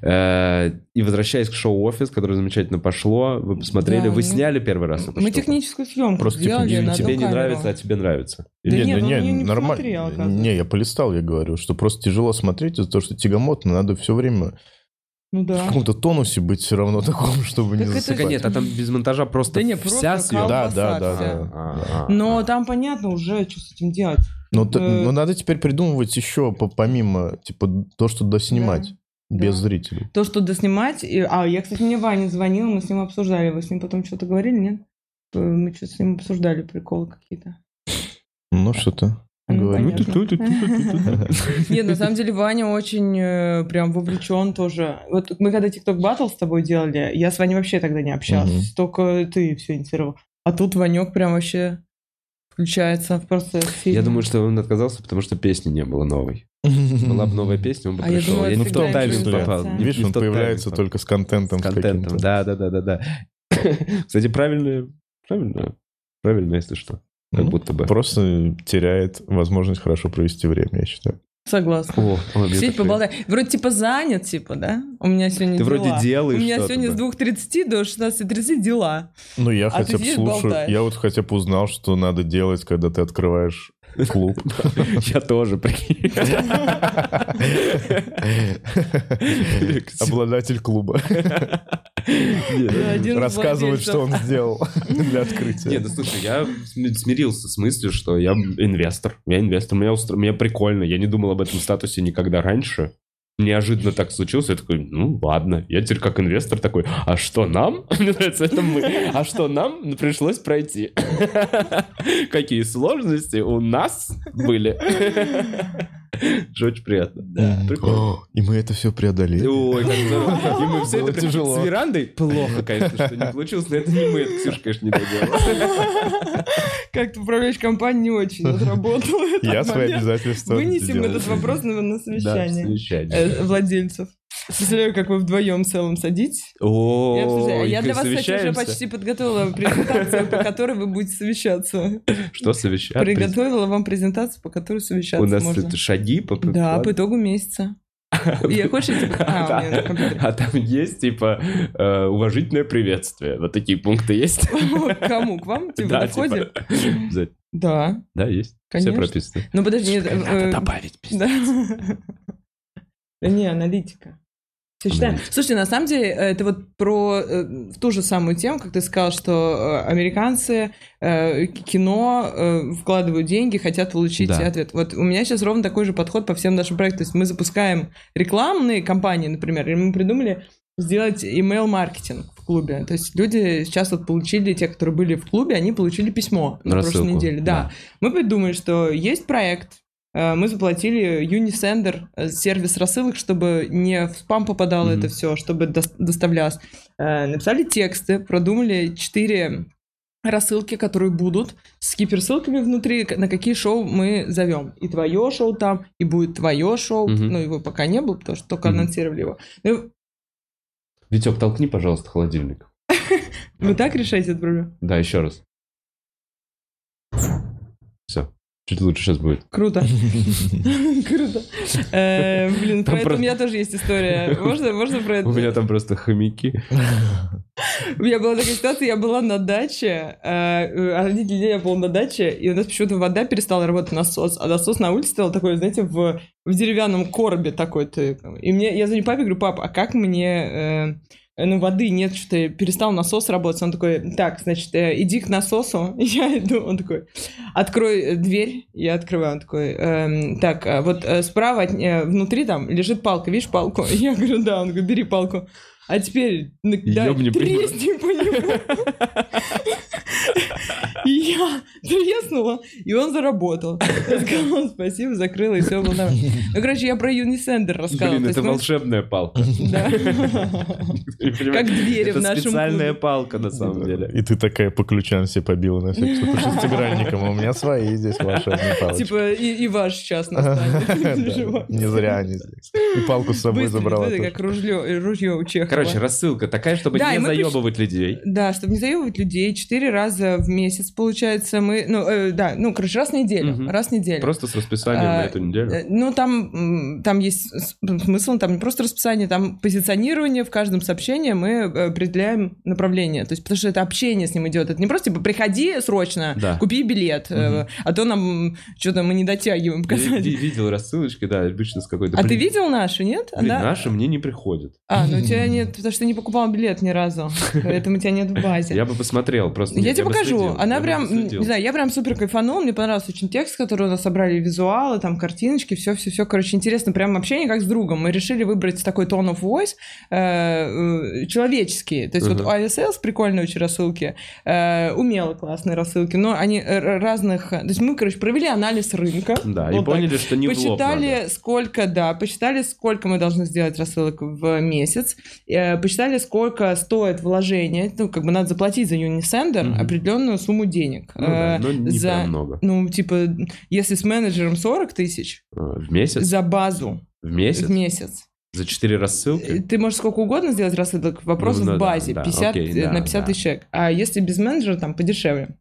A: Э, И возвращаясь к шоу «Офис», которое замечательно пошло, вы посмотрели,
B: Да,
A: вы
B: ну,
A: сняли первый раз эту
B: Мы
A: штуку?
B: техническую съемку
C: Просто
B: сделали
C: технически.
B: на одну
A: Тебе типа, не
B: камеру.
A: нравится, а тебе нравится.
B: Да нет,
C: ну
B: он её не
C: нормаль-
B: посмотрел, оказывается.
C: Не, я полистал, я говорю, что просто тяжело смотреть из-за того, что тягомотно, надо все время
B: Ну
C: в
B: да.
C: каком-то тонусе быть все равно таком, чтобы не
B: Так это-
C: засыпать.
A: Так а нет, а там без монтажа просто
B: Да не,
A: вся
B: просто
A: съемка.
C: Да,
B: колбаса
C: да, да,
B: вся.
C: да.
A: А, а,
B: Но
A: а.
B: там понятно уже, что с этим делать.
C: Но, т-
B: Э,
C: но надо теперь придумывать еще по- помимо, типа, то, что доснимать без
B: да.
C: зрителей.
B: То, что доснимать... и- А, я, кстати, мне Ваня звонил, мы с ним обсуждали. Вы с ним потом что-то говорили, нет? Э, Мы что-то с ним обсуждали, приколы какие-то.
C: Ну, что-то.
B: Ну,
C: говорю.
B: понятно. Нет, на самом деле Ваня очень э, прям вовлечен тоже. Вот мы когда TikTok Battle с тобой делали, я с Ваней вообще тогда не общалась.
C: Мгм.
B: Только ты все инициировал. А тут Ванек прям вообще включается в процесс.
A: Я
B: сильно.
A: думаю, что он отказался, потому что песни не было новой. Была бы новая песня, он бы
B: А я
A: пришел.
B: думала,
A: И не
B: это
A: в тот
B: играет
A: тайминг
B: инфляция.
A: попал. не-
C: Видишь,
A: не в
C: он
A: тот тайминг
C: появляется
A: попал.
C: только с контентом.
A: С контентом,
C: каким-то.
A: да, да, да, да, да. Кстати, правильно, правильно, правильно, если что. Как
C: Ну,
A: будто бы.
C: Просто теряет возможность хорошо провести время, я считаю.
B: Согласна.
A: О, о, мне
B: Сидеть,
A: так нравится.
B: поболтать. Вроде типа занят, типа, да? У меня сегодня
A: Ты
B: дела.
A: вроде делаешь
B: У меня
A: что-то,
B: сегодня с
A: да.
B: 2.30 до 16.30 дела.
C: Ну, я
B: А ты
C: хотя бы
B: сидишь,
C: слушаю.
B: болтаешь.
C: Я вот хотя бы узнал, что надо делать, когда ты открываешь клуб.
A: Я тоже, прикинь.
C: Обладатель клуба.
B: Ну,
A: Не,
B: Один из
C: Рассказывает,
B: владельцев.
C: что он сделал для
A: Не,
C: открытия.
A: ну слушай, я см- смирился с мыслью, что я инвестор. Я инвестор, меня, устра- меня прикольно. Я не думал об этом статусе никогда раньше. Неожиданно так случилось, я такой, ну ладно, я теперь как инвестор такой, а что нам? Мне нравится, это мы. А что нам пришлось пройти? Какие сложности у нас были? Же Очень приятно.
C: Мгм.
A: Прикольно.
C: О, И мы это все преодолели.
A: Ой, как здорово. И мы все
C: Было
A: это
C: тяжело.
A: тяжело. С верандой плохо, конечно, что не получилось, но это не мы, это Ксюша, конечно, не доделала.
B: Как ты управляешь компанией, не очень отработала этот
C: Я свои
B: момент.
C: обязательства
B: Вынесем
C: сделал.
B: этот вопрос на, на
A: Да,
B: совещание
A: совещание.
B: э, владельцев. Представляю, как вы вдвоем в целом садитесь. и
A: О,
B: обсуждаете.
A: и
B: Я для вас, кстати, уже
A: совещаемся.
B: почти подготовила презентацию, по которой вы будете совещаться.
A: Что совещать?
B: Приготовила вам презентацию, по которой
A: У
B: совещаться
A: нас
B: можно.
A: это шаги по
B: Да, по
A: плану.
B: итогу месяца. Я хочешь, я тебе- А, у меня на компьютере.
A: А там есть, типа, э, уважительное приветствие. Вот такие пункты есть.
B: К Кому? К вам? Типа
A: Да,
B: на входе?
A: типа, обязательно.
B: Да.
A: Да, есть. Все
B: Конечно.
A: прописаны.
B: Ну подожди, нет, э,
A: Надо добавить. пиздец.
B: Да. Да не, аналитика. Все считаем.
A: Аналитика.
B: Слушайте, на самом деле, э, это вот про э, в ту же самую тему, как ты сказал, что э, американцы э, к- кино э, вкладывают деньги, хотят получить
A: Да.
B: ответ. Вот у меня сейчас ровно такой же подход по всем нашим проектам. То есть мы запускаем рекламные кампании, например, и мы придумали сделать email-маркетинг в клубе. То есть люди сейчас вот получили, те, которые были в клубе, они получили письмо на прошлой
A: Рассылку,
B: неделе. Да. Мы придумали, что есть проект, э, мы заплатили Unisender, э, сервис рассылок, чтобы не в спам попадало
A: Мгм.
B: это все, чтобы дос- доставлялось. Э, Написали тексты, продумали четыре рассылки, которые будут с гиперссылками внутри, к- на какие шоу мы зовем. И твое шоу там, и будет твое шоу.
A: Мгм.
B: Ну, его пока не было, потому что только
A: Мгм.
B: анонсировали его. Ну,
A: Витек, толкни, пожалуйста, холодильник.
B: вы так решаете эту проблему?
A: Да, еще раз. Все. Чуть лучше сейчас будет.
B: Круто. Круто. Э, Блин,
A: Там
B: про это у
A: просто-
B: меня тоже есть история. Можно, можно про это?
A: У меня там просто хомяки.
B: У меня была такая ситуация, я была на даче, э, а один день я была на даче, и у нас почему-то вода перестала работать насос, а насос на улице стоял такой, знаете, в, в деревянном коробе такой. ты- И мне, я звоню папе, говорю, пап, а как мне... э, ну, воды нет, что-то перестал насос работать. Он такой, так, значит, э, иди к насосу. Я иду, он такой, открой э, дверь. Я открываю, он такой, «Эм, так, а вот э, справа от- э, внутри там лежит палка, видишь палку? Я говорю, да, он говорит, бери палку. А теперь на- да,
A: Ёбни по нему.
B: тресни по нему. И я треснула, и он заработал. Я сказала, спасибо, закрыла, и все было нормально. Ну, короче, я про Юнисендер рассказала.
A: Блин,
B: То
A: это
B: есть мы-
A: волшебная палка.
B: Да.
A: Ты
B: Как
A: понимаешь?
B: двери в
A: Это
B: нашем
A: специальная
B: клубе.
A: палка на самом деле.
C: И ты такая по ключам себе побила на всякий случай шестигранником. а У меня свои здесь ваши одни палочки.
B: Типа и, и ваш сейчас настанет.
C: Да,
B: Не переживай.
C: Не зря они здесь. И палку с собой
B: Быстро,
C: забрала.
B: быстро,
C: тоже.
B: как ружье, ружье у Чехова.
A: Короче, рассылка такая, чтобы
B: Да, и
A: не
B: мы приш-
A: заебывать людей.
B: да, чтобы не заебывать людей, четыре раза в месяц, получается, мы, ну, э, да, ну, короче, раз в неделю,
A: Мгм.
B: раз в неделю.
A: Просто с расписанием
B: А,
A: на эту неделю.
B: Э, Ну, там, м, там есть с- смысл, там не просто расписание, там позиционирование, в каждом сообщении мы э, определяем направление. То есть, потому что это общение с ним идет. Это не просто типа приходи срочно,
A: Да.
B: купи билет, э, а то нам что-то мы не дотягиваем
A: Я
B: показать.
A: Э, ви- видел рассылочки, да, обычно с какой-то...
B: А ты
A: блин,
B: видел нашу, нет?
A: Блин, а?
B: Она-
A: наши мне не приходят.
B: А, ну у тебя нет, потому что ты не покупал билет ни разу, поэтому тебя нет в базе.
A: Я бы посмотрел, просто...
B: Я
A: нет,
B: тебе
A: бы
B: покажу.
A: следил,
B: Она
A: я бы
B: прям, м,
A: следил.
B: не знаю, я прям супер кайфанула. Мне понравился очень текст, который у нас собрали, визуалы, там картиночки, все, все, все. Короче, интересно, прям общение как с другом. Мы решили выбрать такой tone of voice э, э, человеческий. То есть вот
A: Мгм.
B: у ISLs прикольные очень рассылки, э, умело классные рассылки, но они э, р- разных... То есть мы, короче, провели анализ рынка.
A: Да,
B: Вот
A: и
B: ну, так.
A: поняли, что не в лоб
B: Посчитали,
A: надо.
B: сколько, да, посчитали, сколько мы должны сделать рассылок в месяц, э, посчитали, сколько стоит вложение, ну, как бы надо заплатить за Unisender
A: Мгм.
B: определенную сумму денег.
A: Ну да,
B: Э,
A: но не
B: за-
A: прям много.
B: ну, типа, если с менеджером 40 тысяч
A: А, В месяц?
B: за базу
A: В месяц?
B: в месяц.
A: За четыре
B: Э,
A: рассылки?
B: Ты можешь сколько угодно сделать рассылок, вопрос
A: Ну, ну
B: в
A: да,
B: базе,
A: да,
B: 50,
A: окей,
B: э,
A: да,
B: на 50
A: да.
B: тысяч человек. А если без менеджера, там подешевле.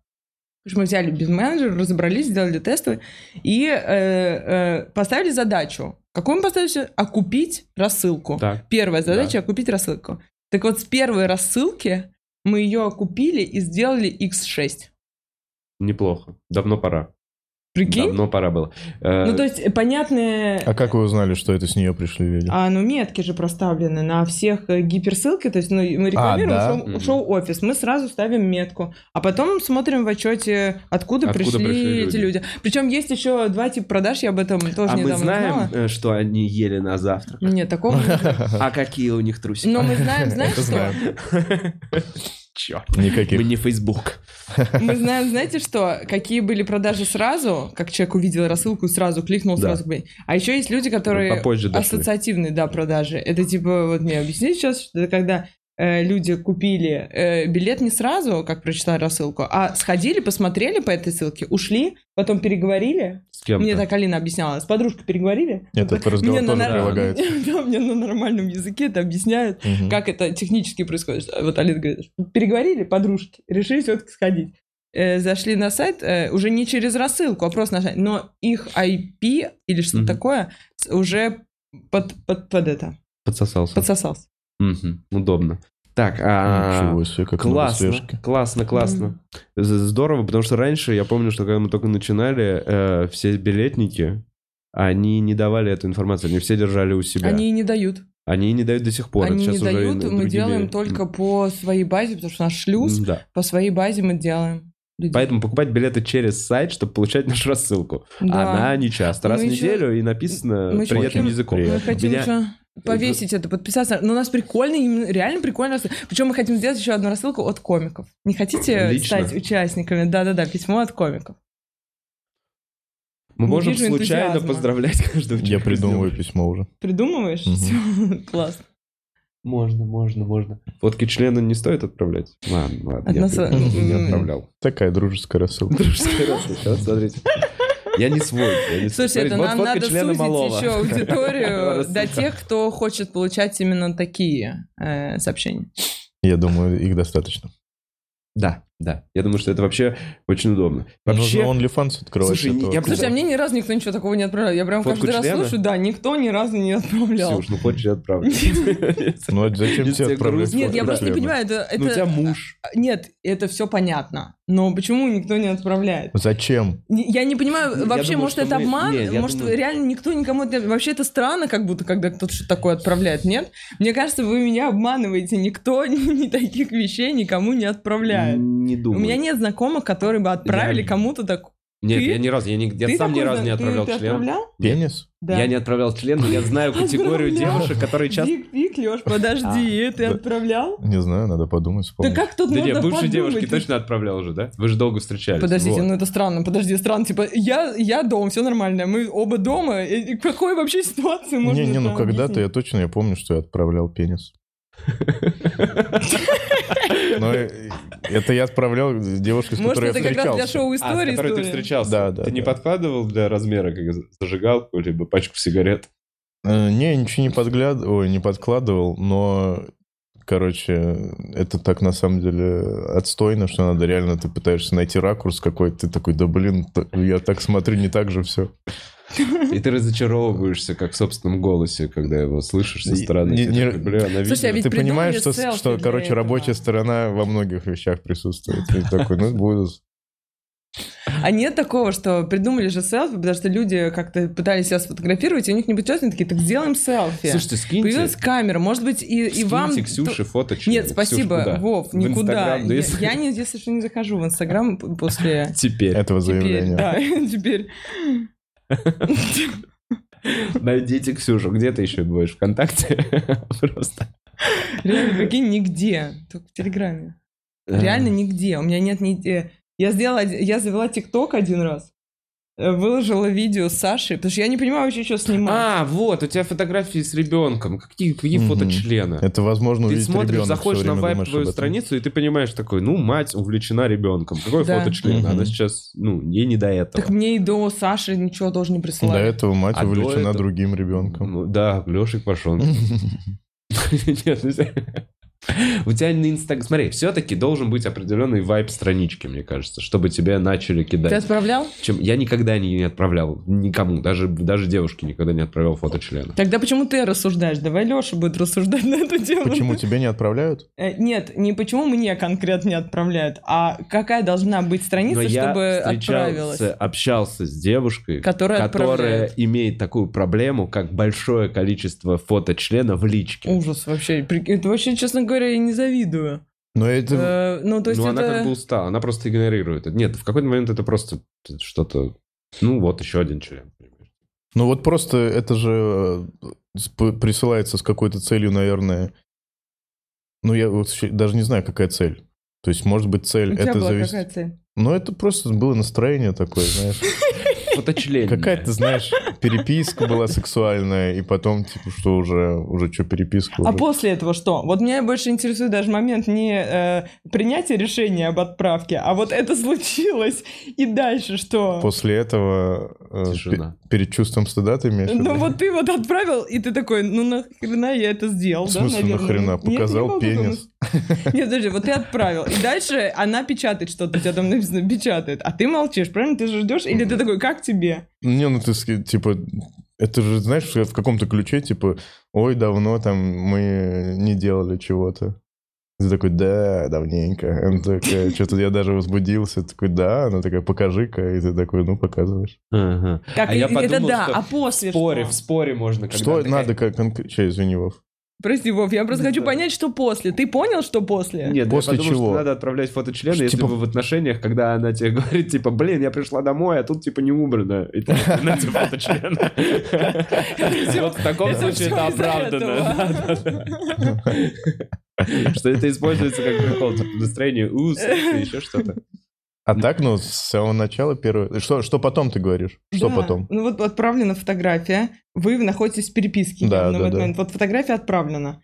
B: Потому что мы взяли без менеджера, разобрались, сделали тесты и э, э, поставили задачу. Какую мы поставили? себе? Окупить рассылку.
A: Так.
B: Первая задача окупить рассылку. Так вот, с первой рассылки мы ее окупили и сделали X6.
A: Неплохо. Давно пора.
B: Прикинь?
A: Давно пора было. Э,
B: Ну, то есть, э, понятное...
C: А как вы узнали, что это с нее пришли люди?
B: А, ну метки же проставлены на всех э, гиперссылки, то есть ну, мы рекламируем
C: да?
A: А, Мгм.
B: шоу, офис, мы сразу ставим метку, а потом смотрим в отчете, откуда,
A: Откуда
B: пришли,
A: пришли
B: эти
A: люди.
B: люди. Причем есть еще два типа продаж, я об этом тоже
A: а
B: недавно
A: мы знаем,
B: узнала.
A: э, что они ели на завтрак?
B: Нет, такого. не знаю.
A: А какие у них трусики?
B: Но мы знаем, знаешь
C: Это
B: что?
C: знаем.
A: Черт. Мы
C: Никаких.
A: не Facebook.
B: Мы знаем, знаете что? Какие были продажи сразу, как человек увидел рассылку и сразу кликнул,
A: Да. Ну,
B: сразу купил. А еще есть люди, которые
A: попозже дошли.
B: ассоциативные, да, продажи. Это типа, вот мне объясни сейчас, что это когда э, люди купили э, билет не сразу, как прочитали рассылку, а сходили, посмотрели по этой ссылке, ушли, потом переговорили.
A: С кем
B: Мне так Алина объясняла. С подружкой переговорили.
C: Этот разговор
B: Мне на
C: тоже
B: нар-
C: прилагается.
B: Да, мне на нормальном языке это объясняют
C: Мгм.
B: как это технически происходит. А Вот Алина говорит, переговорили подружки, решили все-таки сходить. Э, зашли на сайт, э, уже не через рассылку, а просто на сайт, но их IP или что-то
A: Мгм.
B: такое с- уже под, под, под это,
A: Подсосался.
B: подсосался.
A: Мгм. Удобно. Так, а...
C: Ну, Ничего себе, как
A: Классно,
C: многослежки.
A: классно, классно. З- Здорово, потому что раньше, я помню, что когда мы только начинали, э, все билетники, они не давали эту информацию, они все держали у себя.
B: Они и не дают.
A: Они не дают до сих пор.
B: Они
A: это
B: не
A: сейчас уже и
B: дают,
A: на-
B: мы
A: другими-
B: делаем только по своей базе, потому что наш шлюз,
A: М, Да.
B: по своей базе мы делаем. людей.
A: Поэтому покупать билеты через сайт, чтобы получать нашу рассылку.
B: Да.
A: Она не часто. Раз
B: Мы
A: в
B: ещё-
A: неделю и написано
B: мы ещё
A: приятным
B: хотим-
A: языком.
C: мы
B: Мы хотим
A: Меня- э,
B: ещё повесить это, подписаться. Но у нас прикольно, именно- реально прикольно. Причем мы хотим сделать еще одну рассылку от комиков. Не хотите
A: Лично?
B: стать участниками? Да-да-да, письмо от комиков.
A: Мы
B: не
A: можем
B: вижу
A: случайно
B: энтузиазма.
A: поздравлять каждого
C: Я
A: человека с
C: придумываю
A: днём.
C: письмо уже.
B: Придумываешь?
C: Мгм.
B: Все, классно.
A: Можно, можно, можно. Фотки члена не стоит отправлять? Ладно, ладно.
B: От
A: я
B: нас-
A: придумал, не
B: М.
A: отправлял.
C: Такая дружеская рассылка.
A: Дружеская рассылка, вот смотрите. Я не свой. я не свой.
B: Слушай,
A: Смотрите,
B: это
A: вот
B: нам
A: фотка
B: надо
A: члена
B: сузить
A: малого.
B: еще аудиторию
A: Рассылка.
B: до тех, кто хочет получать именно такие э, сообщения.
C: Я думаю, их достаточно.
A: Да. Да. Я думаю, что это вообще очень удобно.
C: Ну,
A: Вообще,
C: Нужно OnlyFans открывать.
A: Слушай,
C: этого.
A: я
B: Слушай, а мне ни разу никто ничего такого не отправлял. Я прям
A: Фотку
B: каждый раз
A: члена?
B: слушаю, да, никто ни разу не отправлял.
A: Ксюш, ну хочешь, я отправлю.
C: Ну а зачем
A: Если
C: тебе
A: тебе
C: отправлять
A: грустно,
B: Нет,
C: фотки
B: я просто не
C: члена?
B: понимаю, это...
A: Ну, у тебя
B: это-
A: муж.
B: Нет, это все понятно. Но почему никто не отправляет?
C: Зачем?
B: Не- Я не
A: Ну, Я
B: понимаю, вообще,
A: думаю,
B: может,
A: что
B: это
A: мы-
B: обман?
A: не, я
B: может,
A: думаю-
B: реально никто никому... это- Вообще, это странно, как будто, когда кто-то что-то такое отправляет, нет? Мне кажется, вы меня обманываете. Никто ни таких вещей никому не отправляет.
A: Не
B: У
A: думаю.
B: меня нет знакомых, которые бы отправили
A: Я-
B: кому-то так...
A: Нет,
B: ты-
A: я ни разу, я, ни- я
B: Ты
A: сам ни
B: такой
A: разу не
B: зна- ты-
A: отправлял
B: ты
A: член.
B: отправлял?
C: Пенис?
B: Да.
A: Я не отправлял член, но я знаю категорию
B: Отправлял.
A: девушек, которые часто... А,
B: Вик, Вик, Лёш, подожди, ты
C: да.
B: отправлял?
C: Не знаю, надо подумать.
B: Да
C: вспомнить.
B: как тут
A: Да
B: можно
A: не, бывшие
B: подумать?
A: девушки
B: Ты-
A: точно отправлял уже, да? Вы же долго встречались.
B: Подождите,
A: Вот.
B: ну это странно, подожди, странно, типа, я, я дом, все нормально, мы оба дома, и- и какой вообще ситуации можно
C: Не, не, ну
B: это
C: когда-то я
B: объяснить?
C: точно, я помню, что я отправлял пенис. Но э, это я отправлял с девушкой, с
B: Может,
C: которой я
B: это как раз для
C: встречался.
B: шоу
A: А, с
B: истории
A: которой ты
B: история?
A: встречался.
C: Да, да,
A: Ты не
C: да.
A: подкладывал для размера как зажигалку, либо пачку сигарет?
C: Э, Не, ничего не подгляд... Ой, не подкладывал, но, короче, это так на самом деле отстойно, что надо реально, ты пытаешься найти ракурс какой-то, ты такой, да блин, т- я так смотрю, не так же все.
A: И ты разочаровываешься, как в собственном голосе, когда его слышишь со
C: Не-
A: стороны.
C: не-
A: Ты
C: не-
A: такой, «Бля, она
B: Слушай, а
A: видела».
B: ведь
C: Ты
B: придумали
C: понимаешь, что,
B: селфи
C: что
B: для
C: короче,
B: этого.
C: рабочая сторона во многих вещах присутствует. И такой, ну, будут.
B: А нет такого, что придумали же селфи, потому что люди как-то пытались себя сфотографировать, и у них не получилось, они такие, так сделаем селфи.
A: Слушайте, скиньте,
B: Появилась камера, может быть, и, и
A: скиньте
B: вам...
A: Ксюше фото члена.
B: Нет,
A: Ксюш,
B: спасибо,
A: куда?
B: Вов,
A: В
B: никуда.
A: Инстаграм, да
B: я,
A: если-
B: я не, если что, не захожу в Инстаграм п- после...
A: Теперь
C: этого
B: Теперь,
C: заявления.
B: да, теперь.
A: найдите Ксюшу. Где ты еще будешь? ВКонтакте? Просто.
B: Реально, прикинь, нигде. Только в Телеграме.
C: Э.
B: Реально нигде. У меня нет нигде. Я сделала, один- я завела ТикТок один раз. э, Выложила видео с Сашей, потому что я не понимаю вообще, что снимать.
A: А, вот, у тебя фотографии с ребенком. Какие, какие
C: Мгм.
A: фото члена?
C: Это возможно
A: Ты
C: увидеть
A: смотришь,
C: ребенок,
A: заходишь
C: Ну, всё
A: на
C: время
A: вайп
C: думаешь
A: твою
C: об этом.
A: страницу, и ты понимаешь такой, ну, мать увлечена ребенком. Какое
B: Да.
A: фото члена? Она
C: Мгм.
A: сейчас, ну, ей не до этого.
B: Так мне и до Саши ничего тоже не
C: До
B: присылали.
C: этого мать
A: А до
C: увлечена
A: этого-
C: другим ребенком.
A: Ну, да, Лешик пошел. Нет, ну, У тебя на Инстаграм... Смотри, все-таки должен быть определенный вайп странички, мне кажется, чтобы тебя начали
B: Ты
A: кидать.
B: отправлял?
A: Чем... Я никогда не не отправлял никому, даже, даже девушке никогда не отправлял фото члена.
B: Тогда почему ты рассуждаешь? Давай Леша будет рассуждать на эту тему.
C: Почему тебе не отправляют?
B: Э, Нет, не почему мне конкретно не отправляют, а какая должна быть
A: Но
B: страница,
A: я
B: чтобы
A: встречался,
B: отправилась?
A: общался с девушкой,
B: Которая отправляет.
A: имеет такую проблему, как большое количество фото члена в личке.
B: Ужас вообще. Прик- Это вообще, честно говоря, я не завидую.
C: Но это...
B: Э, ну, то есть
A: ну,
B: это...
A: она как бы устала, она просто игнорирует. это. Нет, в какой-то момент это просто что-то... Ну, вот еще один член. понимаешь.
C: Ну вот просто это же э, с- п- присылается с какой-то целью, наверное. Ну я вот щ- даже не знаю, какая цель. То есть, может быть, цель
B: У тебя
C: это
B: была
C: зависит...
B: какая цель?
C: Ну это просто было настроение такое, знаешь.
A: Фоточлен.
C: Какая-то, знаешь, переписка была сексуальная, и потом, типа, что уже, уже что, переписка
B: А
C: уже.
B: после этого что? Вот меня больше интересует даже момент не э, принятия решения об отправке, а вот это случилось, и дальше
A: Ну,
B: что?
C: После этого э,
A: Тишина.
C: пе- перед чувством стыда ты имеешь в виду?
B: Ну вот ты вот отправил, и ты такой, ну нахрена я это сделал,
C: В
B: да,
C: смысле
B: наверное?
C: нахрена?
B: Нет, я не
C: Показал
B: могу
C: пенис.
B: думать. Нет, подожди, вот ты отправил, и дальше она печатает что-то, у тебя там написано печатает, а ты молчишь, правильно? Ты же ждешь, или ты такой, как тебе?
C: Не, ну ты ски- типа, это же, знаешь, в каком-то ключе, типа, ой, давно там мы не делали чего-то. Ты такой, да, давненько. Она такая, что-то я даже возбудился. Ты такой, да, она такая, покажи-ка. И ты такой, ну, показываешь.
A: Ага.
B: Так,
A: А
B: и-
A: я
B: и это
A: подумал,
B: да,
A: что
B: а после
A: В споре,
B: что?
A: в споре можно. когда
C: Что
A: такая-
C: надо как конкретно... извини, Вов.
B: Прости, Вов, я просто хочу понять, что после. Ты понял, что после?
A: Нет,
C: После
A: я подумал,
C: чего?
A: что надо отправлять фото члена,
C: Что,
A: если
C: типа-
A: вы в отношениях, когда она тебе говорит, типа, блин, я пришла домой, а тут, типа, не убрано. И ты на тебе фото члена. Вот в таком
B: это
A: случае
B: всё
A: это
B: из-за
A: оправдано. Да-да-да. Что это используется как какое-то настроение, у, секс и еще что-то.
C: А так, ну, с самого начала первое... Что, что потом ты говоришь? Что
B: Да.
C: потом?
B: Ну вот отправлена фотография, вы находитесь в переписке.
C: Да,
B: явно
C: да,
B: в этот
C: да.
B: момент. Вот фотография отправлена.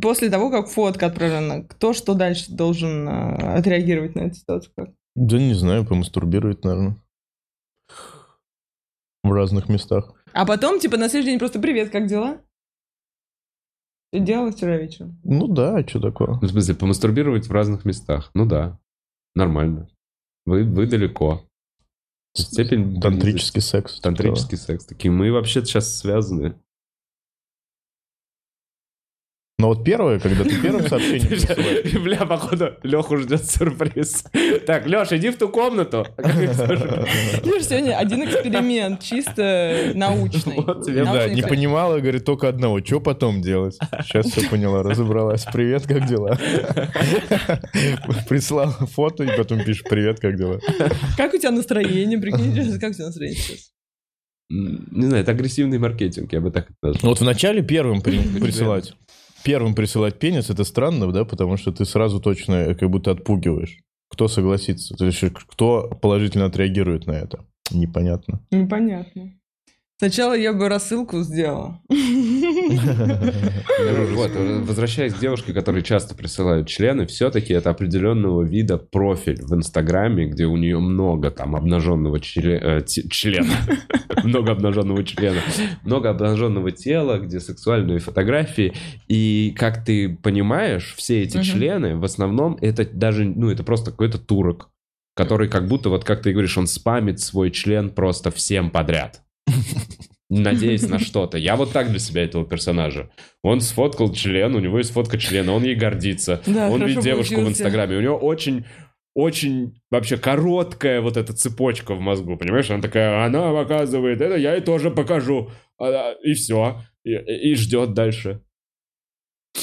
B: После того, как фотка отправлена, кто что дальше должен э, отреагировать на эту ситуацию? Как?
C: Да не знаю, помастурбирует, наверное. В разных местах.
B: А потом, типа, на следующий день просто «Привет, как дела?» Ты делала вчера вечером?
C: Ну да, что такое?
A: Ну, В смысле, помастурбировать в разных местах. Ну да. Нормально. Вы, вы далеко. Степень близости.
C: Тантрический секс.
A: Тантрический секс. Такие мы вообще сейчас связаны.
C: Но вот первое, когда ты первым сообщение присылаешь,
A: Бля, походу, Леху ждет сюрприз. Так, Леша, иди в ту комнату.
B: Видишь, сегодня один эксперимент, чисто научный.
A: Вот тебе,
C: ну да,
B: Научный
C: не
B: эксперимент.
C: понимала, говорит, только одного. Что потом делать? Сейчас все поняла, разобралась. Привет, как дела? Прислала фото и потом пишет, привет, как дела?
B: Как у тебя настроение, прикинь, как у тебя настроение сейчас?
A: Не знаю, это агрессивный маркетинг, я бы так это назвал.
C: Ну вот вначале первым при- присылать. Первым присылать пенис, это странно, да, потому что ты сразу точно э, как будто отпугиваешь. Кто согласится? То есть, э, кто положительно отреагирует на это? Непонятно.
B: Непонятно. Сначала я бы рассылку сделала.
A: Вот, возвращаясь к девушке, которые часто присылают члены, все-таки это определенного вида профиль в Инстаграме, где у нее много там обнаженного чле- э, те- члена, много обнаженного члена, много обнаженного тела, где сексуальные фотографии. И как ты понимаешь, все эти
B: Мгм.
A: члены в основном это даже, ну, это просто какой-то турок, который как будто, вот как ты говоришь, он спамит свой член просто всем подряд. Надеясь на что-то. Я вот так для себя этого персонажа. Он сфоткал член, у него есть фотка члена, он ей гордится.
B: Да,
A: он
B: хорошо
A: видит девушку в
B: получился.
A: Инстаграме. У него очень очень вообще короткая вот эта цепочка в мозгу, понимаешь? Она такая, она показывает, это я ей тоже покажу. А, а, И все. И, и ждет дальше.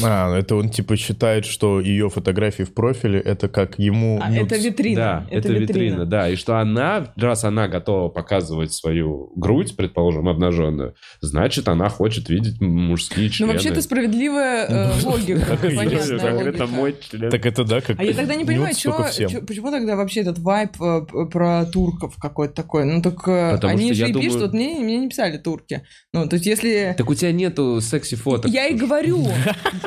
C: А, это он типа считает, что ее фотографии в профиле это как ему.
B: А,
C: ну,
B: это витрина.
A: да, это, витрина. да. И что она, раз она готова показывать свою грудь, предположим, обнаженную, значит, она хочет видеть мужские
B: Ну,
A: члены.
B: вообще-то справедливая э, логика,
C: Так и есть.
B: понятная
A: Так,
B: логика.
A: это Ну, мой член.
C: Так это да, как.
B: А я тогда не
C: нюд
B: понимаю,
C: столько
B: чё-
C: всем.
B: чё- почему тогда вообще этот вайп э, п- про турков какой-то такой? Ну так э,
A: Потому
B: они
A: что
B: же
A: я
B: и
A: думаю-
B: пишут, вот мне, мне не писали турки. Ну, то есть если...
A: Так у тебя нету секси-фоток.
B: я и говорю.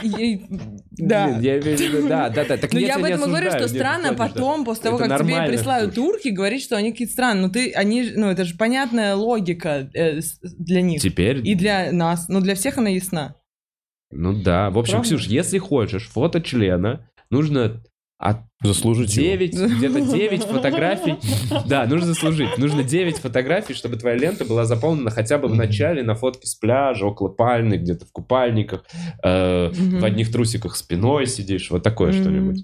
B: и- Да.
A: Блин, я имею в виду, да, да, да. Так
B: Но
A: нет,
B: я об
A: не
B: этом и говорю,
A: осуждаю,
B: что
A: нет,
B: странно а
A: конечно.
B: потом, после того,
A: Это
B: как тебе
A: нормально,
B: присылают
A: слушай.
B: турки, говорить, что они какие-то странные. Ну ты, они, же- ну это же понятная логика э, с- для них.
A: Теперь,
B: И для нас. Но для всех она ясна.
A: ну да. В общем,
B: Правда?
A: Ксюш, если хочешь фото члена, нужно от
C: Заслужить его.
A: 9, где-то 9 фотографий. Да, нужно заслужить. Нужно 9 фотографий, чтобы твоя лента была заполнена хотя бы в
C: Мгм.
A: начале на фотке с пляжа, около пальны, где-то в купальниках, э,
B: Мгм.
A: в одних трусиках спиной сидишь, вот такое
B: Мгм.
A: что-нибудь.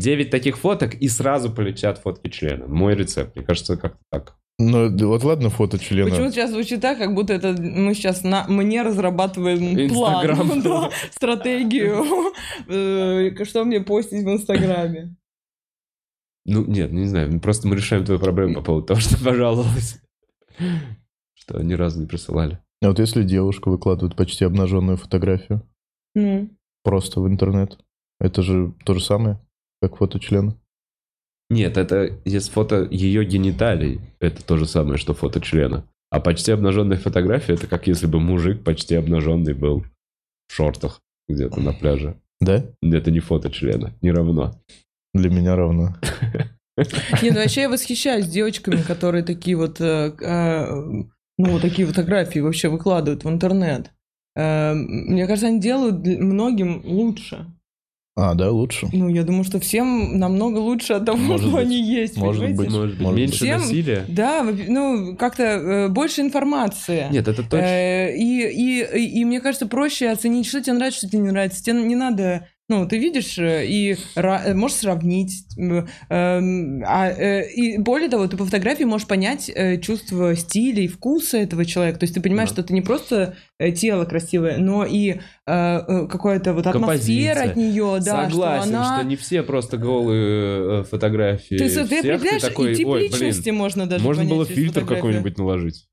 A: 9 таких фоток, и сразу полетят фотки члена. Мой рецепт. Мне кажется, как-то так.
C: Ну, да вот ладно, фото члена.
B: Почему сейчас звучит так, как будто это мы сейчас на мне разрабатываем
A: Инстаграм.
B: план, да, стратегию, э, что мне постить в Инстаграме.
A: Ну, нет, не знаю. Просто мы решаем твою проблему по поводу того, что пожаловалась. Что ни разу не присылали.
C: А вот если девушка выкладывает почти обнаженную фотографию
B: Ну,
C: просто в интернет, это же то же самое, как фото члена.
A: Нет, это есть фото ее гениталий. Это то же самое, что фото члена. А почти обнаженная фотография, это как если бы мужик почти обнаженный был в шортах где-то на пляже.
C: Да?
A: Это не фото члена, не равно.
C: Для меня равно.
B: не, ну вообще я восхищаюсь девочками, которые такие вот, э, э, ну вот такие фотографии вообще выкладывают в интернет. Э, Мне кажется, они делают для- многим лучше.
C: А, да, лучше.
B: Ну, я думаю, что всем намного лучше от того,
C: Может
B: что
C: быть.
B: они есть.
C: Может
B: понимаете?
C: быть.
A: Может быть,
C: Может
A: меньше
B: быть. Всем-
A: насилия?
B: Да, во- ну как-то э, больше информации.
A: Нет, это точно.
B: Э, И, и, и, и мне кажется, проще оценить, что тебе нравится, что тебе не нравится. Тебе не надо, ну, ты видишь, э, и ра- э, можешь сравнить. м, эм, а, э, и более того, ты по фотографии можешь понять э, чувство стиля и вкуса этого человека. То есть ты понимаешь,
A: Да.
B: что это не просто э, тело красивое, но и э, э, какая-то вот атмосфера
A: Композиция.
B: от нее, да,
A: Согласен,
B: что
A: что,
B: она...
A: не все просто голые э, фотографии.
B: Ты, ты
A: всех,
B: определяешь
A: такой,
B: и тип
A: «Ой, блин,
B: личности можно даже
A: Можно
B: понять
A: было
B: через
A: фильтр
B: фотографию.
A: какой-нибудь наложить.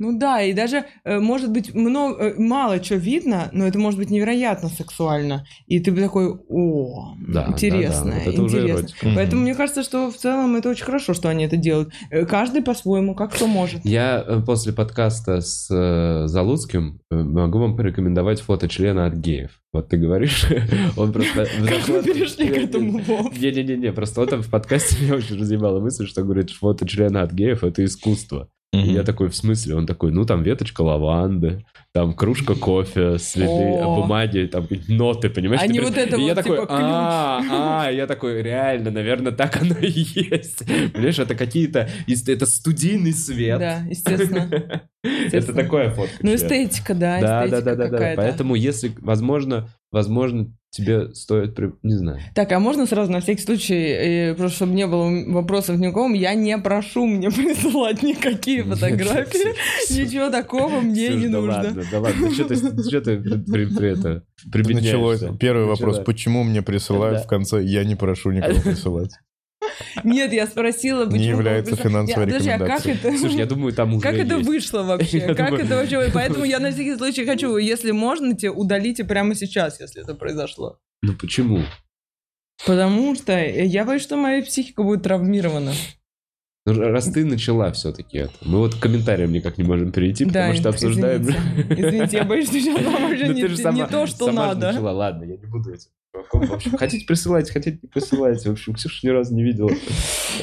B: Ну да, и даже, э, может быть, много, э, мало чего видно, но это может быть невероятно сексуально. И ты бы такой, о,
A: Да,
B: интересно,
A: да, да, вот это уже
B: интересно.
A: эротика.
C: Мгм.
B: Поэтому мне кажется, что в целом это очень хорошо, что они это делают. Э, Каждый по-своему, как кто может.
A: Я э, после подкаста с э, Залуцким э, могу вам порекомендовать фото члена от геев. Вот ты говоришь, он просто...
B: Как мы перешли к
A: Я-
B: этому, Вов?
A: Не-не-не, просто он там в подкасте меня очень разъебала мысль, что говорит, фото члена от геев — это искусство. И
D: Мгм.
A: я такой, в смысле? Он такой, ну, там веточка лаванды, там кружка кофе, следы
B: О.
A: бумаги, там какие-то ноты, понимаешь?
B: Они
A: Ты
B: вот
A: пред-
B: это
A: И я
B: вот,
A: такой,
B: типа,
A: а, а, я такой, реально, наверное, так оно и есть. Понимаешь, это какие-то, из- это студийный свет.
B: Да, естественно.
A: Это такое фотка.
B: Ну,
A: честно.
B: эстетика,
A: Да,
B: да,
A: да, да, да,
B: эстетика
A: да.
B: какая-то.
A: Поэтому, если, возможно, возможно, тебе стоит, при- не знаю.
B: Так, а можно сразу на всякий случай, э, просто чтобы не было вопросов никому, я не прошу мне присылать никакие фотографии, ничего такого мне
A: Ксюш,
B: не
A: да
B: нужно.
A: Ладно, да ладно, что ты, чё ты при, при- при это, прибедняешься? Ну,
C: Началось. Первый вопрос.
A: Начала.
C: Почему мне присылают
A: Да.
C: в конце? Я не прошу никого присылать.
B: Нет, я спросила, почему...
C: является
B: вы присылаете-
C: финансовой
B: Я- подожди, а как
C: рекомендацией.
B: это...
A: Слушай, я думаю, там уже
B: Как это
A: есть.
B: вышло вообще?
A: Я
B: Как
A: думаю-
B: это вообще? Поэтому я на всякий случай хочу, если можно, тебе удалите прямо сейчас, если это произошло.
A: Ну почему?
B: Потому что я боюсь, что моя психика будет травмирована.
A: Ну, р- раз ты начала все-таки это. Мы вот к комментариям никак не можем перейти,
B: Да,
A: потому что обсуждаем...
B: извините. Извините, я боюсь, что сейчас вам
A: Да
B: уже
A: Ну, ты же
B: не-
A: сама-
B: не то, что
A: сама же
B: надо.
A: начала. Ладно, я не буду этим. В общем, хотите присылайте, хотите не присылайте. В общем, Ксюша ни разу не видела.
B: Нет,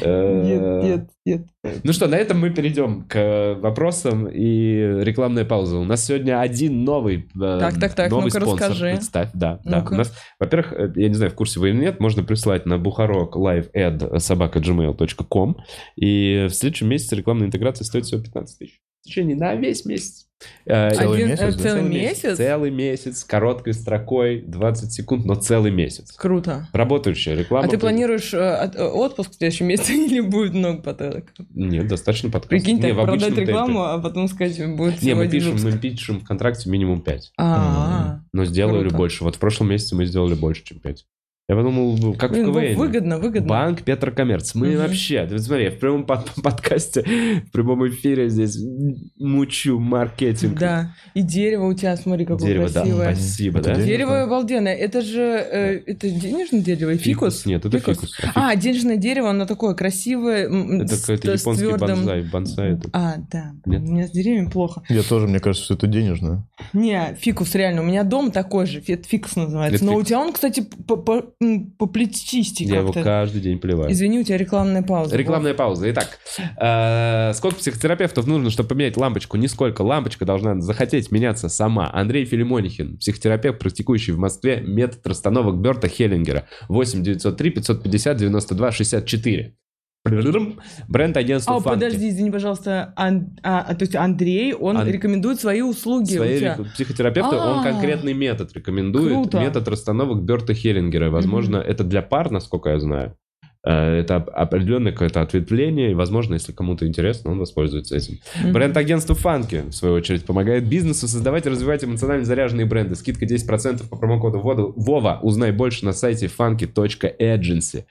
A: Э,
B: нет, нет.
A: Ну что, на этом мы перейдем к э, вопросам и рекламная пауза. У нас сегодня один новый, э,
B: Так, так, так,
A: новый
B: ну-ка,
A: спонсор.
B: расскажи.
A: Представь, да, да.
B: Ну-ка.
A: У нас, во-первых, э, я не знаю, в курсе вы или нет, можно прислать на бухарок livead.gmail.com и в следующем месяце рекламная интеграция стоит всего 15 тысяч. В течение на весь месяц. Э,
C: Целый
B: Один-
C: месяц,
B: э,
C: да?
B: Целый месяц?
A: Целый месяц, короткой строкой, 20 секунд, но целый месяц.
B: Круто.
A: Работающая реклама.
B: А ты планируешь э, от- э, отпуск в следующем месяце или будет много поток?
A: Нет, достаточно подкаста.
B: Прикинь,
A: Не,
B: так
A: в
B: продать
A: обычном темпе.
B: рекламу, а потом сказать, будет
A: Не,
B: всего
A: мы
B: один
A: пишем,
B: выпуск.
A: мы пишем в контракте минимум 5.
B: А,
A: Но сделали
B: Круто.
A: больше. Вот в прошлом месяце мы сделали больше, чем 5. Я подумал, ну, как
B: Блин,
A: в КВН.
B: выгодно, выгодно.
A: Банк Петр Коммерц. Мы
B: Мгм.
A: вообще, ты вот смотри, в прямом под- подкасте, в прямом эфире здесь мучу маркетинг.
B: Да. И дерево у тебя, смотри, какое
A: Дерево, да.
B: красивое.
A: Спасибо,
C: Это
A: да?
C: дерево?
B: Дерево обалденное. Это же... э, это денежное дерево? и Фикус?
A: Нет, это
B: Фикус.
A: фикус.
B: А, денежное дерево, оно такое красивое. м,
A: Это
B: с-
A: какой-то
B: с
A: японский
B: твердым-
A: бонзай. Бонсай это.
B: А, да.
A: Нет?
B: У меня с деревьями плохо.
C: Я тоже, мне кажется, что это денежное.
B: Не, фикус, реально. У меня дом такой же. фи- Фикус называется.
A: Это
B: Но у
A: фикус.
B: тебя он, кстати, по, по, м, по плечисти
A: Я его
B: как-то.
A: каждый день поливаю.
B: Извини, у тебя рекламная пауза.
A: Рекламная пауза. Итак, э, сколько психотерапевтов нужно, чтобы поменять лампочку? Нисколько. Лампочка должна захотеть меняться сама. Андрей Филимонихин, психотерапевт, практикующий в Москве метод расстановок Берта Хеллингера. 8 903 550 92 64. Блин, Бренд агентства
B: А,
A: «Фанки».
B: подожди, извини, пожалуйста. Ан- а, а, то есть Андрей, он
A: Ан-
B: рекомендует свои услуги
A: Свои
B: у тебя.
A: рек- психотерапевты, он
B: А.
A: конкретный метод рекомендует.
B: Круто.
A: Метод расстановок Берта Хеллингера. Возможно, это для пар, насколько я знаю. Э, Это оп- определенное какое-то ответвление. И, возможно, если кому-то интересно, он воспользуется этим.
B: Мгм.
A: Бренд агентство Фанки, в свою очередь, помогает бизнесу создавать и развивать эмоционально заряженные бренды. Скидка 10% по промокоду ВОДУ. Вова, узнай больше на сайте funky.agency.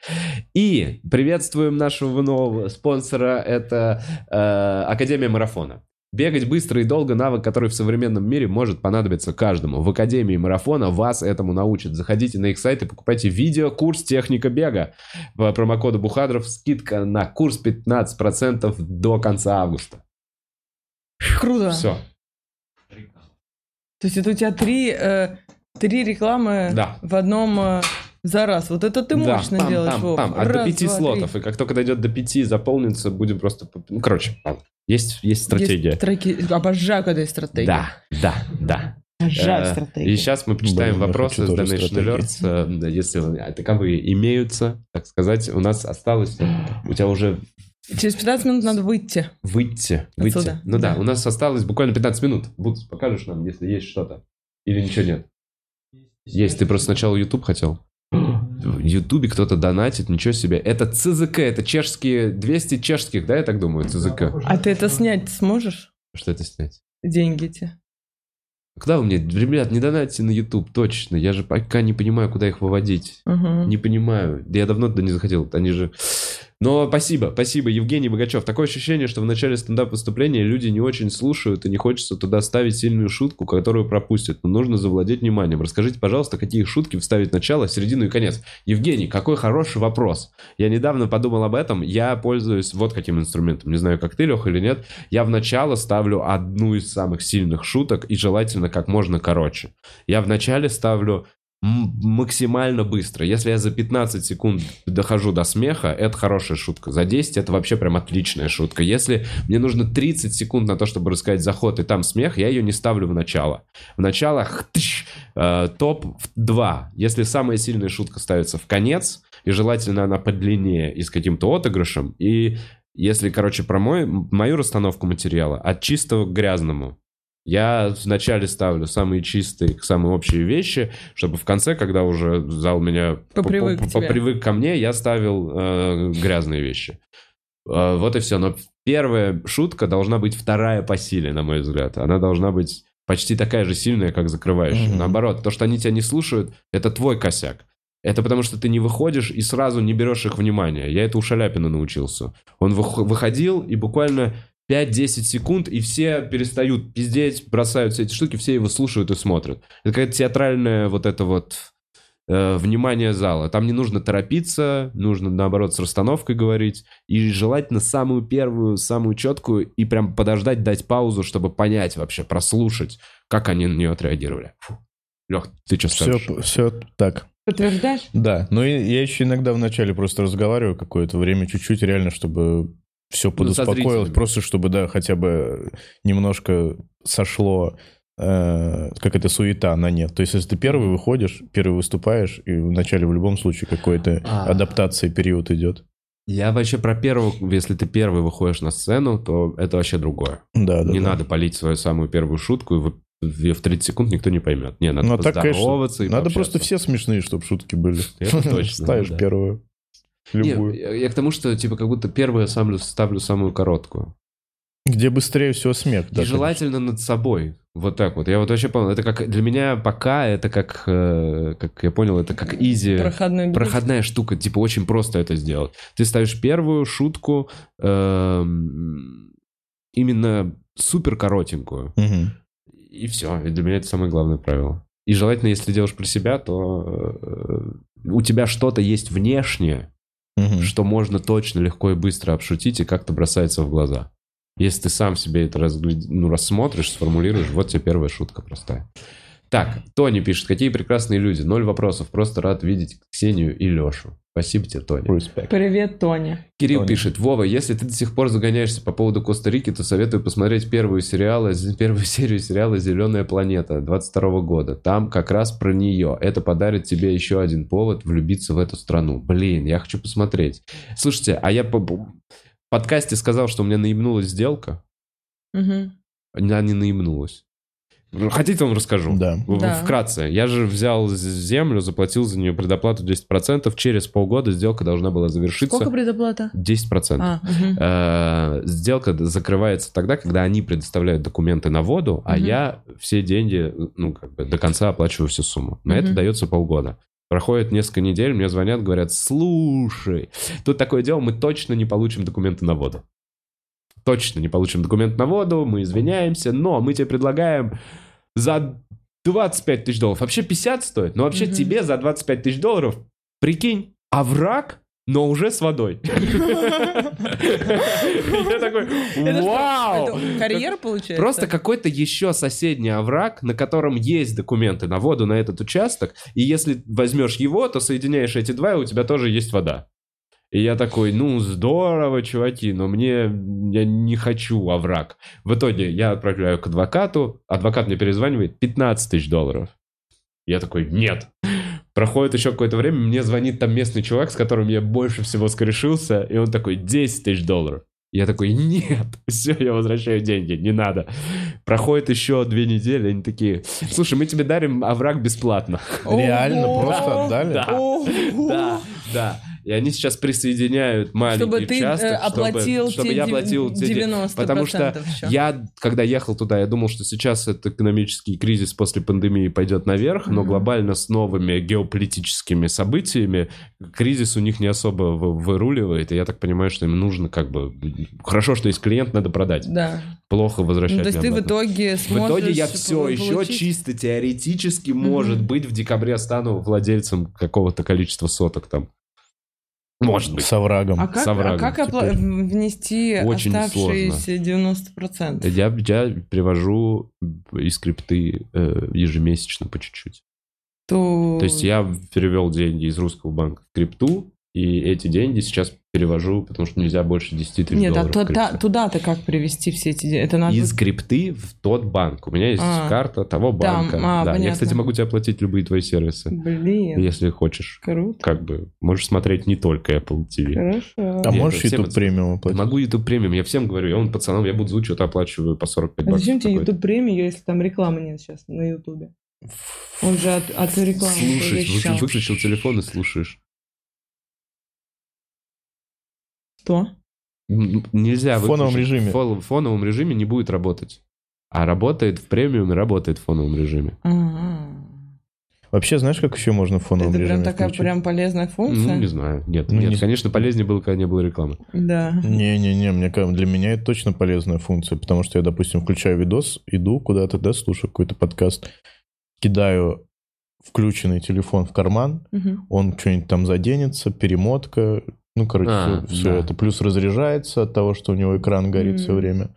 A: И приветствуем нашего нового спонсора, это э, Академия Марафона. Бегать быстро и долго – навык, который в современном мире может понадобиться каждому. В Академии Марафона вас этому научат. Заходите на их сайт и покупайте видеокурс «Техника бега». По промокоду Бухадров скидка на курс 15% до конца августа.
B: Круто.
A: Все.
B: То есть это у тебя три, э, три рекламы
A: Да.
B: в одном э, за раз. Вот это ты мощно делаешь, Вов.
A: А до
B: Раз,
A: пяти
B: два, три.
A: слотов. И как только дойдет до пяти, заполнится, будем просто... по- Ну, короче, ладно. есть, есть
B: Есть
A: стратегия.
B: стратеги- Обожаю, когда есть стратегия.
A: Да, да, да.
B: Обожаю
A: Э,
B: стратегии.
A: И сейчас мы почитаем
C: Блин, я
A: вопросы
C: хочу
A: с
C: тоже
A: Donation
C: стратегии.
A: Alerts, э, да, если таковые имеются, так сказать. У нас осталось... У тебя уже
B: Через 15 минут надо выйти.
A: выйти. выйти.
B: Отсюда,
A: Ну да.
B: да.
A: у нас осталось буквально 15 минут. Будь, покажешь нам, если есть что-то. Или ничего нет? Есть, ты просто сначала YouTube хотел. В Ютубе кто-то донатит, ничего себе. Это ЦЗК, это чешские, 200 чешских, да, я так думаю, ЦЗК.
B: А ты это снять сможешь?
A: Что это снять?
B: Деньги те.
A: Куда вы мне, ребят, не донатите на YouTube, точно. Я же пока не понимаю, куда их выводить.
B: Мгм.
A: Не понимаю. Да Я давно туда не заходил. Они же... Но спасибо, спасибо, Евгений Богачев. Такое ощущение, что в начале стендап-выступления люди не очень слушают и не хочется туда ставить сильную шутку, которую пропустят. Но нужно завладеть вниманием. Расскажите, пожалуйста, какие шутки вставить начало, середину и конец. Евгений, какой хороший вопрос. Я недавно подумал об этом. Я пользуюсь вот каким инструментом. Не знаю, как ты, Леха, или нет. Я в начало ставлю одну из самых сильных шуток и желательно как можно короче. Я в начале ставлю м- максимально быстро. Если я за 15 секунд дохожу до смеха, это хорошая шутка. За 10 это вообще прям отличная шутка. Если мне нужно 30 секунд на то, чтобы рассказать заход, и там смех, я ее не ставлю в начало. В начало хтыщ, э, топ 2. Если самая сильная шутка ставится в конец, и желательно она подлиннее и с каким-то отыгрышем, и если, короче, про мой, мою расстановку материала, от чистого к грязному, я вначале ставлю самые чистые, самые общие вещи, чтобы в конце, когда уже зал меня
B: Попривык к тебе.
A: попривык ко мне, я ставил э, грязные вещи. Э, вот и все. Но первая шутка должна быть вторая по силе, на мой взгляд. Она должна быть почти такая же сильная, как закрывающая.
C: Мгм.
A: Наоборот, то, что они тебя не слушают, это твой косяк. Это потому, что ты не выходишь и сразу не берешь их внимания. Я это у Шаляпина научился. Он вых- выходил и буквально 5-10 секунд, и все перестают пиздеть, бросают все эти штуки, все его слушают и смотрят. Это какая-то театральная вот это вот э, внимание зала. Там не нужно торопиться, нужно, наоборот, с расстановкой говорить. И желательно самую первую, самую четкую, и прям подождать, дать паузу, чтобы понять вообще, прослушать, как они на нее отреагировали. Лех, ты что
C: Все,
A: скажешь?
C: все так.
B: Подтверждаешь?
C: Да, но и- я еще иногда вначале просто разговариваю какое-то время, чуть-чуть реально, чтобы все подуспокоилось,
A: Ну, зрителями.
C: просто чтобы, да, хотя бы немножко сошло э, как это суета на нет. То есть, если ты первый выходишь, первый выступаешь, и вначале в любом случае какой-то
A: А.
C: адаптации период идет.
A: Я вообще про первого, если ты первый выходишь на сцену, то это вообще другое.
C: Да, да.
A: не
C: да.
A: надо полить свою самую первую шутку, и вот ее в 30 секунд никто не поймет. Не, надо
C: Ну, а так, конечно,
A: поздороваться и
C: Надо
A: пообщаться.
C: просто все смешные, чтобы шутки были.
A: Это точно, ну
C: Ставишь
A: да.
C: первую.
A: Не,
C: Любую.
A: я, я к тому, что типа как будто первую я ставлю, ставлю самую короткую.
C: Где быстрее всего смех. да,
A: и желательно над собой. Вот так вот. Я вот вообще понял, это как для меня пока это как, э, как я понял, это как изи.
B: Проходной билет.
A: проходная штука, типа очень просто это сделать. Ты ставишь первую шутку эм, именно супер коротенькую.
C: конечно. Мгм.
A: И все. И для меня это самое главное правило. И желательно, если делаешь про себя, то э, у тебя что-то есть внешнее,
C: Мгм.
A: что можно точно, легко и быстро обшутить и как-то бросается в глаза. Если ты сам себе это разгляд- ну, рассмотришь, сформулируешь, вот тебе первая шутка простая. Так, Тони пишет, какие прекрасные люди, ноль вопросов, просто рад видеть Ксению и Лешу. Спасибо тебе, Тони.
C: Респект.
B: Привет, Тоня.
A: Кирилл
C: Тони.
A: пишет, Вова, если ты до сих пор загоняешься по поводу Коста-Рики, то советую посмотреть первую, сериала, первую серию сериала «Зеленая планета» 22 года. Там как раз про нее. Это подарит тебе еще один повод влюбиться в эту страну. Блин, я хочу посмотреть. Слушайте, а я по- в подкасте сказал, что у меня наебнулась сделка.
B: Мгм.
A: Она не наебнулась. Ну, Хотите, вам расскажу?
C: Да.
A: В-
B: Да.
A: Вкратце, я же взял з- землю, заплатил за нее предоплату 10%, через полгода сделка должна была завершиться.
B: Сколько предоплата?
A: 10%.
B: А, мгм.
A: Э, сделка д- закрывается тогда, когда они предоставляют документы на воду, а
B: Мгм.
A: я все деньги, ну, как бы до конца оплачиваю всю сумму. На это
B: Мгм.
A: дается полгода. Проходит несколько недель, мне звонят, говорят, слушай, тут такое дело, мы точно не получим документы на воду. Точно не получим документ на воду, мы извиняемся, но мы тебе предлагаем за 25 тысяч долларов. Вообще 50 стоит, но вообще
B: Мгм.
A: тебе за 25 тысяч долларов, прикинь, а овраг, но уже с водой. Я такой,
B: Это что,
A: вау!
B: это Карьера получается?
A: Просто какой-то еще соседний овраг, на котором есть документы на воду на этот участок, и если возьмешь его, то соединяешь эти два, и у тебя тоже есть вода. И я такой, ну, здорово, чуваки, но мне, я не хочу овраг. В итоге я отправляю к адвокату, адвокат мне перезванивает, 15 тысяч долларов. Я такой, нет. Проходит еще какое-то время, мне звонит там местный чувак, с которым я больше всего скорешился, и он такой, 10 тысяч долларов. Я такой, нет, все, я возвращаю деньги, не надо. Проходит еще две недели, они такие, слушай, мы тебе дарим овраг бесплатно.
C: Реально
B: Ого!
C: просто отдали?
A: Да.
B: Ого!
A: Да, да. И они сейчас присоединяют маленький
B: Чтобы ты э,
A: участок, чтобы-
B: оплатил
A: чтобы,
B: те
A: я
B: дев-
A: оплатил те де-
B: 90%
A: Потому что
B: еще.
A: я, когда ехал туда, я думал, что сейчас этот экономический кризис после пандемии пойдет наверх, но
B: Мгм.
A: глобально с новыми геополитическими событиями кризис у них не особо вы- выруливает, и я так понимаю, что им нужно как бы... Хорошо, что есть клиент, надо продать.
B: Да.
A: Плохо возвращать
B: Ну, то есть ты в
A: необратно.
B: итоге
A: В
B: сможешь...
A: итоге я все
B: получить-
A: еще чисто теоретически, может
B: Мгм.
A: быть, в декабре стану владельцем какого-то количества соток там. Может быть.
C: С оврагом.
B: А как,
A: с оврагом
B: а как опла-
A: теперь.
B: внести
A: Очень
B: оставшиеся 90%?
A: Я, я привожу из крипты э, ежемесячно по э, чуть-чуть.
B: то...
A: То есть я перевел деньги из русского банка в крипту, и эти деньги сейчас перевожу, потому что нельзя больше 10 тысяч
B: Нет, а
A: долларов. в
B: то-
A: крипту.
B: та- туда-то как привести все эти... де- Это надо...
A: Из крипты в тот банк. У меня есть
B: А.
A: карта того
B: Там,
A: банка.
B: а,
A: да. Я,
B: понятно.
A: кстати, могу тебе оплатить любые твои сервисы,
B: Блин,
A: если хочешь.
B: круто,
A: Как бы можешь смотреть не только Apple TV.
B: хорошо.
C: А
A: Нет,
C: можешь
A: всем
C: YouTube
A: это-
C: премиум оплатить?
A: Могу YouTube премиум, я всем говорю, я вон пацанам, я буду что-то оплачиваю по 45
B: А
A: баксов.
B: зачем тебе
A: какой-то.
B: YouTube премию, если там рекламы нет сейчас на Ютубе? Он же от, от рекламы
A: Слушать,
B: завещал.
A: выключ- выключил телефон и слушаешь.
B: Что?
A: М, Нельзя
C: В фоновом
A: выключить.
C: режиме.
A: В фол- в фоновом режиме не будет работать. А работает в премиуме, работает в фоновом режиме.
B: А,
C: Вообще, знаешь, как еще можно в фоновом
B: Это прям
C: режиме
B: такая
C: включить?
B: прям полезная
A: Ну, не
B: функция?
A: знаю. Нет,
C: Ну,
A: нет.
C: не-
A: Конечно, полезнее было, когда не было рекламы.
B: Да.
C: Не-не-не, мне кажется, для меня это точно полезная функция, потому что я, допустим, включаю видос, иду куда-то, да, слушаю какой-то подкаст, кидаю включенный телефон в карман,
B: Мгм.
C: он что-нибудь там заденется, перемотка, ну, короче,
A: А,
C: все
A: да.
C: это. Плюс разряжается от того, что у него экран горит все
B: М.
C: время.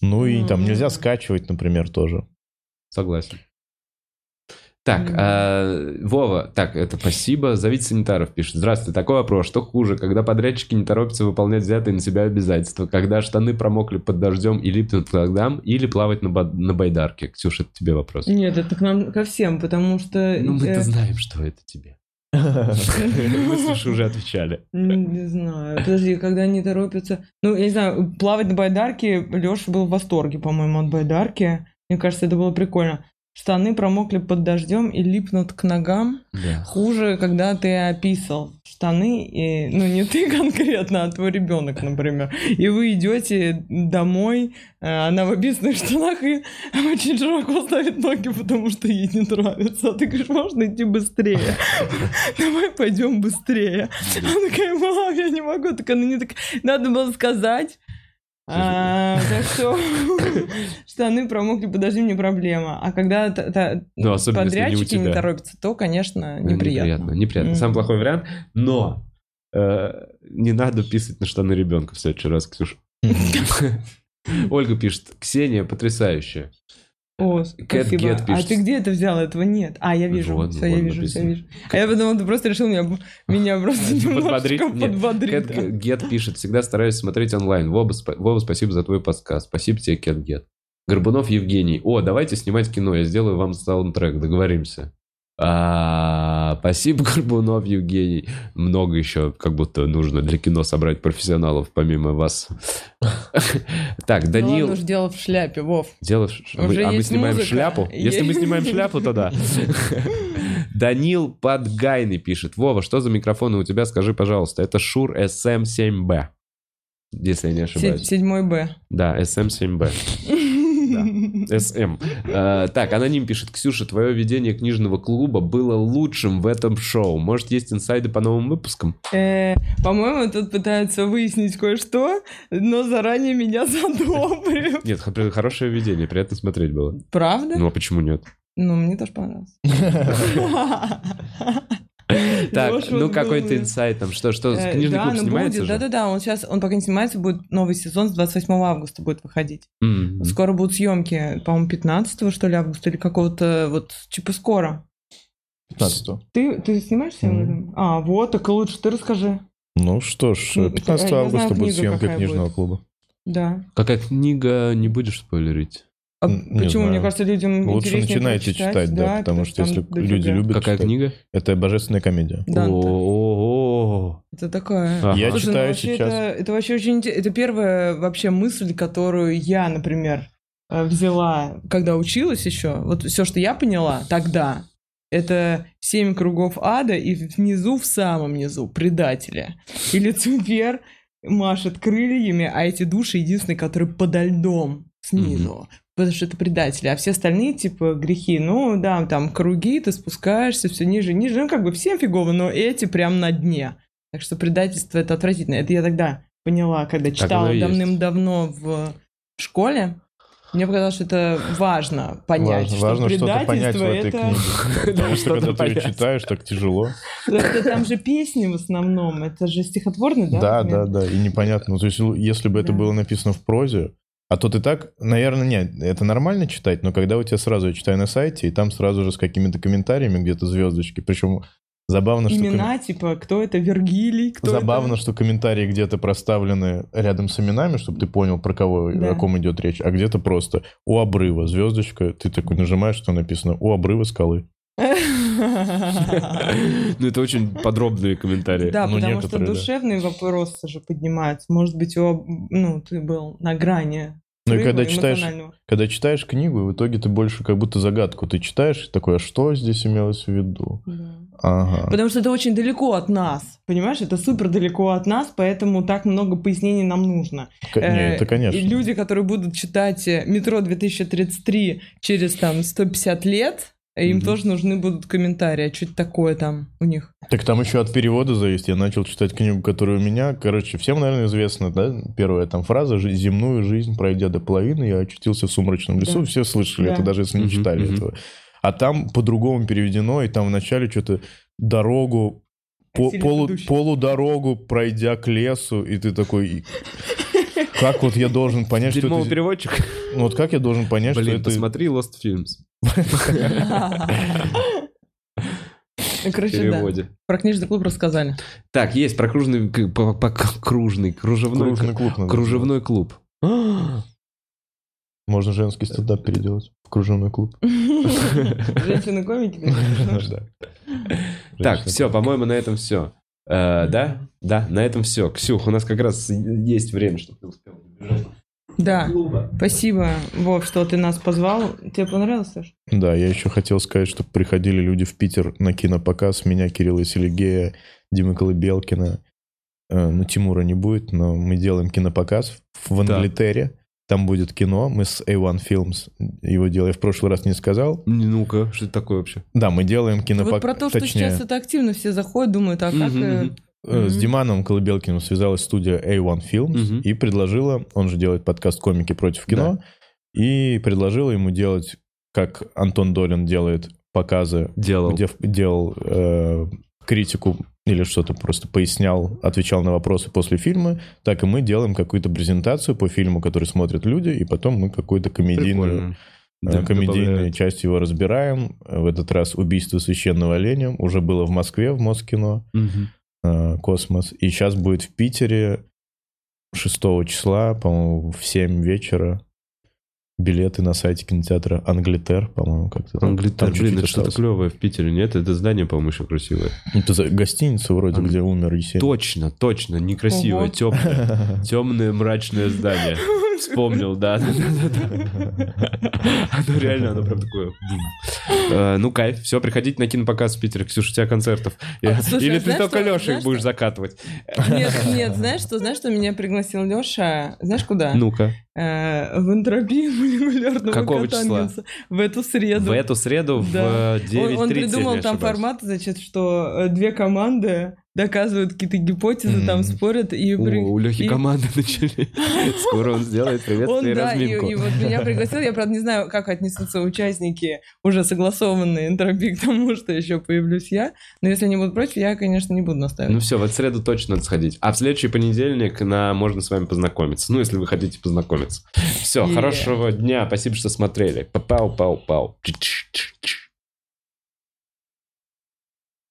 C: Ну и там нельзя
B: М.
C: скачивать, например, тоже.
A: Согласен. Так,
B: Мгм.
A: а, Вова, так, это спасибо. Зовите санитаров, пишет. Здравствуйте, такой вопрос. Что хуже, когда подрядчики не торопятся выполнять взятые на себя обязательства, когда штаны промокли под дождем и липнут к ногам, или плавать на, ба- на байдарке? Ксюша, это тебе вопрос.
B: Нет, это к нам ко всем, потому что...
A: Ну, мы-то
B: э,
A: знаем, что это тебе.
C: Ты
A: Мы с Мишей уже отвечали.
B: М, Не знаю. Подожди, когда они торопятся. Ну, я не знаю, плавать на байдарке. Леша был в восторге, по-моему, от байдарки. Мне кажется, это было прикольно. Штаны промокли под дождем и липнут к ногам.
A: Да.
B: Хуже, когда ты описал штаны, и, ну не ты конкретно, а твой ребенок, например. И вы идете домой, э, она в описанных штанах и очень широко ставит ноги, потому что ей не нравится. А ты говоришь, можно идти быстрее. Давай пойдем быстрее. Она такая, мам, я не могу. Так она не такая, надо было сказать. А, так что штаны промокли, подожди, не проблема. А когда та- та-
A: Ну, особенно, если не у
B: подрядчики не
A: тебя.
B: торопятся, то, конечно,
A: Ну,
B: неприятно.
A: Неприятно.
B: Мгм.
A: Самый плохой вариант. Но э, не надо писать на штаны ребенка в следующий раз, Ксюша. Ольга пишет. Ксения потрясающая.
B: О,
A: Кэт
B: спасибо.
A: Гет
B: А
A: пишет.
B: ты где это взял? Этого нет. А, я вижу.
A: Вот,
B: Всё, я
A: вот
B: вижу, всё, я
A: написано.
B: вижу. А я подумал, ты просто решил меня, меня просто
A: Подбодрить?
B: немножечко
A: Нет.
B: подбодрить.
A: Кэт
B: да. Ну
A: Г- Гет пишет. Всегда стараюсь смотреть онлайн. Вова, спа- Вова, спасибо за твой подсказ. Спасибо тебе, Кэт Гет. Горбунов Евгений. О, давайте снимать кино. Я сделаю вам саундтрек. Договоримся. А, спасибо, Горбунов Евгений. Много еще как будто нужно для кино собрать профессионалов, помимо вас. Так,
B: Ну ладно
A: Даниил.
B: уж дело в шляпе, Вов.
A: Дело в ш-
B: Уже
A: мы- а мы
B: есть
A: снимаем
B: музыка.
A: шляпу? Если мы
B: Есть.
A: снимаем шляпу, то да. Данил Подгайный пишет. Вова, что за микрофоны у тебя? Скажи, пожалуйста. Это Шур SM7B. Если я не
B: Се-
A: ошибаюсь.
B: Седьмой Б.
A: Да, эм SM7B. SM. Э, Так, аноним пишет. Ксюша, твое ведение книжного клуба было лучшим в этом шоу. Может, есть инсайды по новым выпускам?
B: Э, По-моему, тут пытаются выяснить кое-что, но заранее меня задобрили.
A: Нет, х- хорошее ведение. Приятно смотреть было.
B: Правда?
A: Ну, а почему нет?
B: Ну, мне тоже понравилось.
A: Так,
B: Лёша
A: ну
B: вот
A: какой-то
B: думает.
A: инсайт там. Что, что,
B: Э,
A: книжный
B: да,
A: клуб
B: ну,
A: снимается
B: будет,
A: же?
B: Да-да-да, он сейчас, он пока не снимается, будет новый сезон с 28 августа будет выходить.
A: М.
B: Скоро будут съемки, по-моему, 15 что ли, августа или какого-то вот типа скоро.
C: 15
B: Ты, ты снимаешь всем
C: Мгм.
B: этом? А, вот, так и лучше ты расскажи.
C: Ну что ж,
B: Ну,
C: 15
B: я знаю
C: августа
B: книгу,
C: будет съемка
B: какая
C: книжного
B: будет.
C: клуба.
B: Да.
A: Какая книга, не будешь спойлерить?
B: А
C: Н- не
B: почему? Мне
C: знаю.
B: кажется, людям
C: Лучше
B: интереснее
C: начинайте
B: прочитать,
C: читать, да, потому что
B: там
C: если
B: дофига.
C: люди любят
A: Какая
C: читать,
A: книга?
C: это божественная комедия.
B: Данте.
A: О-о-о.
B: Это такое.
A: Ага.
C: Я
B: Слушай, ну
C: читаю
B: вообще
C: сейчас.
B: Это, это вообще очень интересно. Это первая вообще мысль, которую я, например, э, взяла, когда училась еще. Вот все, что я поняла тогда, это семь кругов ада, и внизу, в самом низу, предатели. И Люцифер машет крыльями, а эти души единственные, которые подо льдом снизу. Потому что это предатели, а все остальные, типа, грехи, ну, да, там, круги, ты спускаешься все ниже, ниже, ну, как бы всем фигово, но эти прям на дне. Так что предательство это отвратительно. Это я тогда поняла, когда
A: оно
B: читала
A: и есть.
B: давным-давно в школе. Мне показалось, что это важно понять,
C: Важно,
B: что
C: важно что-то
B: предательство
C: понять в этой
B: это...
C: книге. Потому что когда ты ее читаешь, так тяжело.
B: это там же песни в основном, это же стихотворный, да?
C: Да, да,
B: размер?
C: да. И непонятно. То есть, ну, если бы это
B: Да.
C: было написано в прозе, А то ты так, наверное, нет, это нормально читать, но когда у тебя сразу, я читаю на сайте, и там сразу же с какими-то комментариями где-то звездочки, причем забавно, что... ком-
B: Имена, типа, кто это, Вергилий, кто
C: Забавно,
B: это...
C: что комментарии где-то проставлены рядом с именами, чтобы ты понял, про кого,
B: Да.
C: о ком идет речь, а где-то просто у обрыва звездочка, ты такой нажимаешь, что написано у обрыва скалы.
A: Ну, это очень подробные комментарии.
B: Да,
C: Ну,
B: потому что
C: некоторые, да.
B: душевные вопросы же поднимаются. Может быть, у об- ну, ты был на грани
C: Ну и
B: срыва
C: когда читаешь,
B: эмоционального.
C: когда читаешь книгу, в итоге ты больше как будто загадку ты читаешь, и такой, а что здесь имелось в виду?
B: Да.
A: типа.
C: Ага.
B: Потому что это очень далеко от нас, понимаешь? Это супер далеко от нас, поэтому так много пояснений нам нужно.
C: Ко- Не,
B: Э,
C: это конечно.
B: И люди, которые будут читать э, «Метро 2033» через там 150 лет, им
A: Мгм.
B: тоже нужны будут комментарии, а что это такое там у них.
C: Так там еще от перевода зависит. Я начал читать книгу, которая у меня, короче, всем, наверное, известна, да, первая там фраза «Жи- «Земную жизнь, пройдя до половины, я очутился в сумрачном лесу».
B: Да.
C: Все слышали
B: Да.
C: это, даже если не
A: Мгм,
C: читали
A: мгм.
C: этого. А там по-другому переведено, и там вначале что-то дорогу, по-
B: Сильно
C: полу-
B: ведущий.
C: полудорогу, пройдя к лесу, и ты такой... и- Как вот я должен понять, что
A: Дерьмовый
C: это...
A: переводчик.
C: Ну вот как я должен понять, что
A: Блин,
C: это...
A: посмотри Lost Films
B: Ну,
A: в
B: Короче, да.
A: переводе.
B: Про книжный клуб рассказали.
A: Так, есть про кружный... к- по- по- Кружный, кружевной...
C: Кружный клуб надо
A: Кружевной клуб.
C: делать. Можно женский стендап переделать в кружевной клуб.
B: Женщины-комики. конечно.
A: Так, все, по-моему, на этом все. да? Да, на этом все. Ксюх, у нас как раз есть время, чтобы ты успел добежать
B: Да.
A: до клуба.
B: Спасибо, Вов, что ты нас позвал. Тебе понравилось, Саш?
C: Да, я еще хотел сказать, что приходили люди в Питер на кинопоказ. Меня, Кирилла Селигея, Димы Колыбелкина. Э, Ну, Тимура не будет, но мы делаем кинопоказ в
A: Да.
C: Англитере. Там будет кино. Мы с A1 Films его делали. Я в прошлый раз не сказал.
A: Не, Ну-ка, что это такое вообще?
C: Да, мы делаем
B: вот
C: кинопоказ.
B: про то, что
C: Точнее,
B: сейчас это активно все заходят, думают, а как...
A: Ну, Мгм,
B: э,
A: мгм.
C: э, с
B: Мгм.
C: Диманом Колыбелкиным связалась студия A1 Films
A: Мгм.
C: и предложила... Он же делает подкаст «Комики против кино». И предложила ему делать, как Антон Долин делает показы
A: Делал.
C: где в- делал э, критику или что-то просто пояснял, отвечал на вопросы после фильма, так и мы делаем какую-то презентацию по фильму, который смотрят люди, и потом мы какую-то комедийную,
A: Прикольно.
C: э,
A: Д-
C: комедийную
A: добавляют.
C: часть его разбираем. В этот раз «Убийство священного оленя» уже было в Москве, в Москино,
A: Мгм.
C: э, «Космос», и сейчас будет в Питере 6 числа, по-моему, в 7 вечера. Билеты на сайте кинотеатра «Англитер», по-моему, как-то там.
A: Англитер,
C: Там чуть-чуть
A: блин, это что-то
C: осталось.
A: клевое в Питере, нет? Это здание, по-моему, еще красивое.
C: Это Ну, за- гостиница вроде,
A: Англи-
C: где умер Есенин.
A: Точно, точно, некрасивое,
B: Ого.
A: темное. Темное мрачное здание. Вспомнил, да. Оно реально, оно прям такое... бум. Э, Ну, кайф. Все, приходите на кинопоказ в Питере. Ксюша, у тебя концертов. Я-
B: слушай,
A: Или
B: а
A: ты
B: знаешь,
A: только
B: что-
A: Леша их
B: знаешь,
A: будешь
B: что-
A: закатывать.
B: Нет, нет, знаешь что, знаешь, что меня пригласил Леша? Знаешь куда?
A: Ну-ка.
B: Э, в энтропию молекулярного
A: Ну. Какого
B: катангенса. В эту среду.
A: В эту среду в
B: Да.
A: э, 9.30,
B: Он, он
A: если
B: придумал
A: не
B: там
A: ошибаюсь.
B: формат, значит, что э, две команды доказывают какие-то гипотезы, там
C: Мгм.
B: спорят и...
A: О,
B: при-
A: у Лехи
B: и-
A: команды начали. Скоро он сделает
B: Он,
A: приветствие и
B: да, и, и
A: разминку.
B: вот меня пригласил. Я, правда, не знаю, как отнесутся участники, уже согласованные энтропии к тому, что еще появлюсь я. Но если они будут против, я, конечно, не буду
A: Ну
B: настаивать.
A: все, в эту среду точно надо сходить. А в следующий понедельник на можно с вами познакомиться. Ну, если вы хотите познакомиться. Все,
B: Е.
A: хорошего дня. Спасибо, что смотрели. Пау-пау-пау. Чич-чич-чич.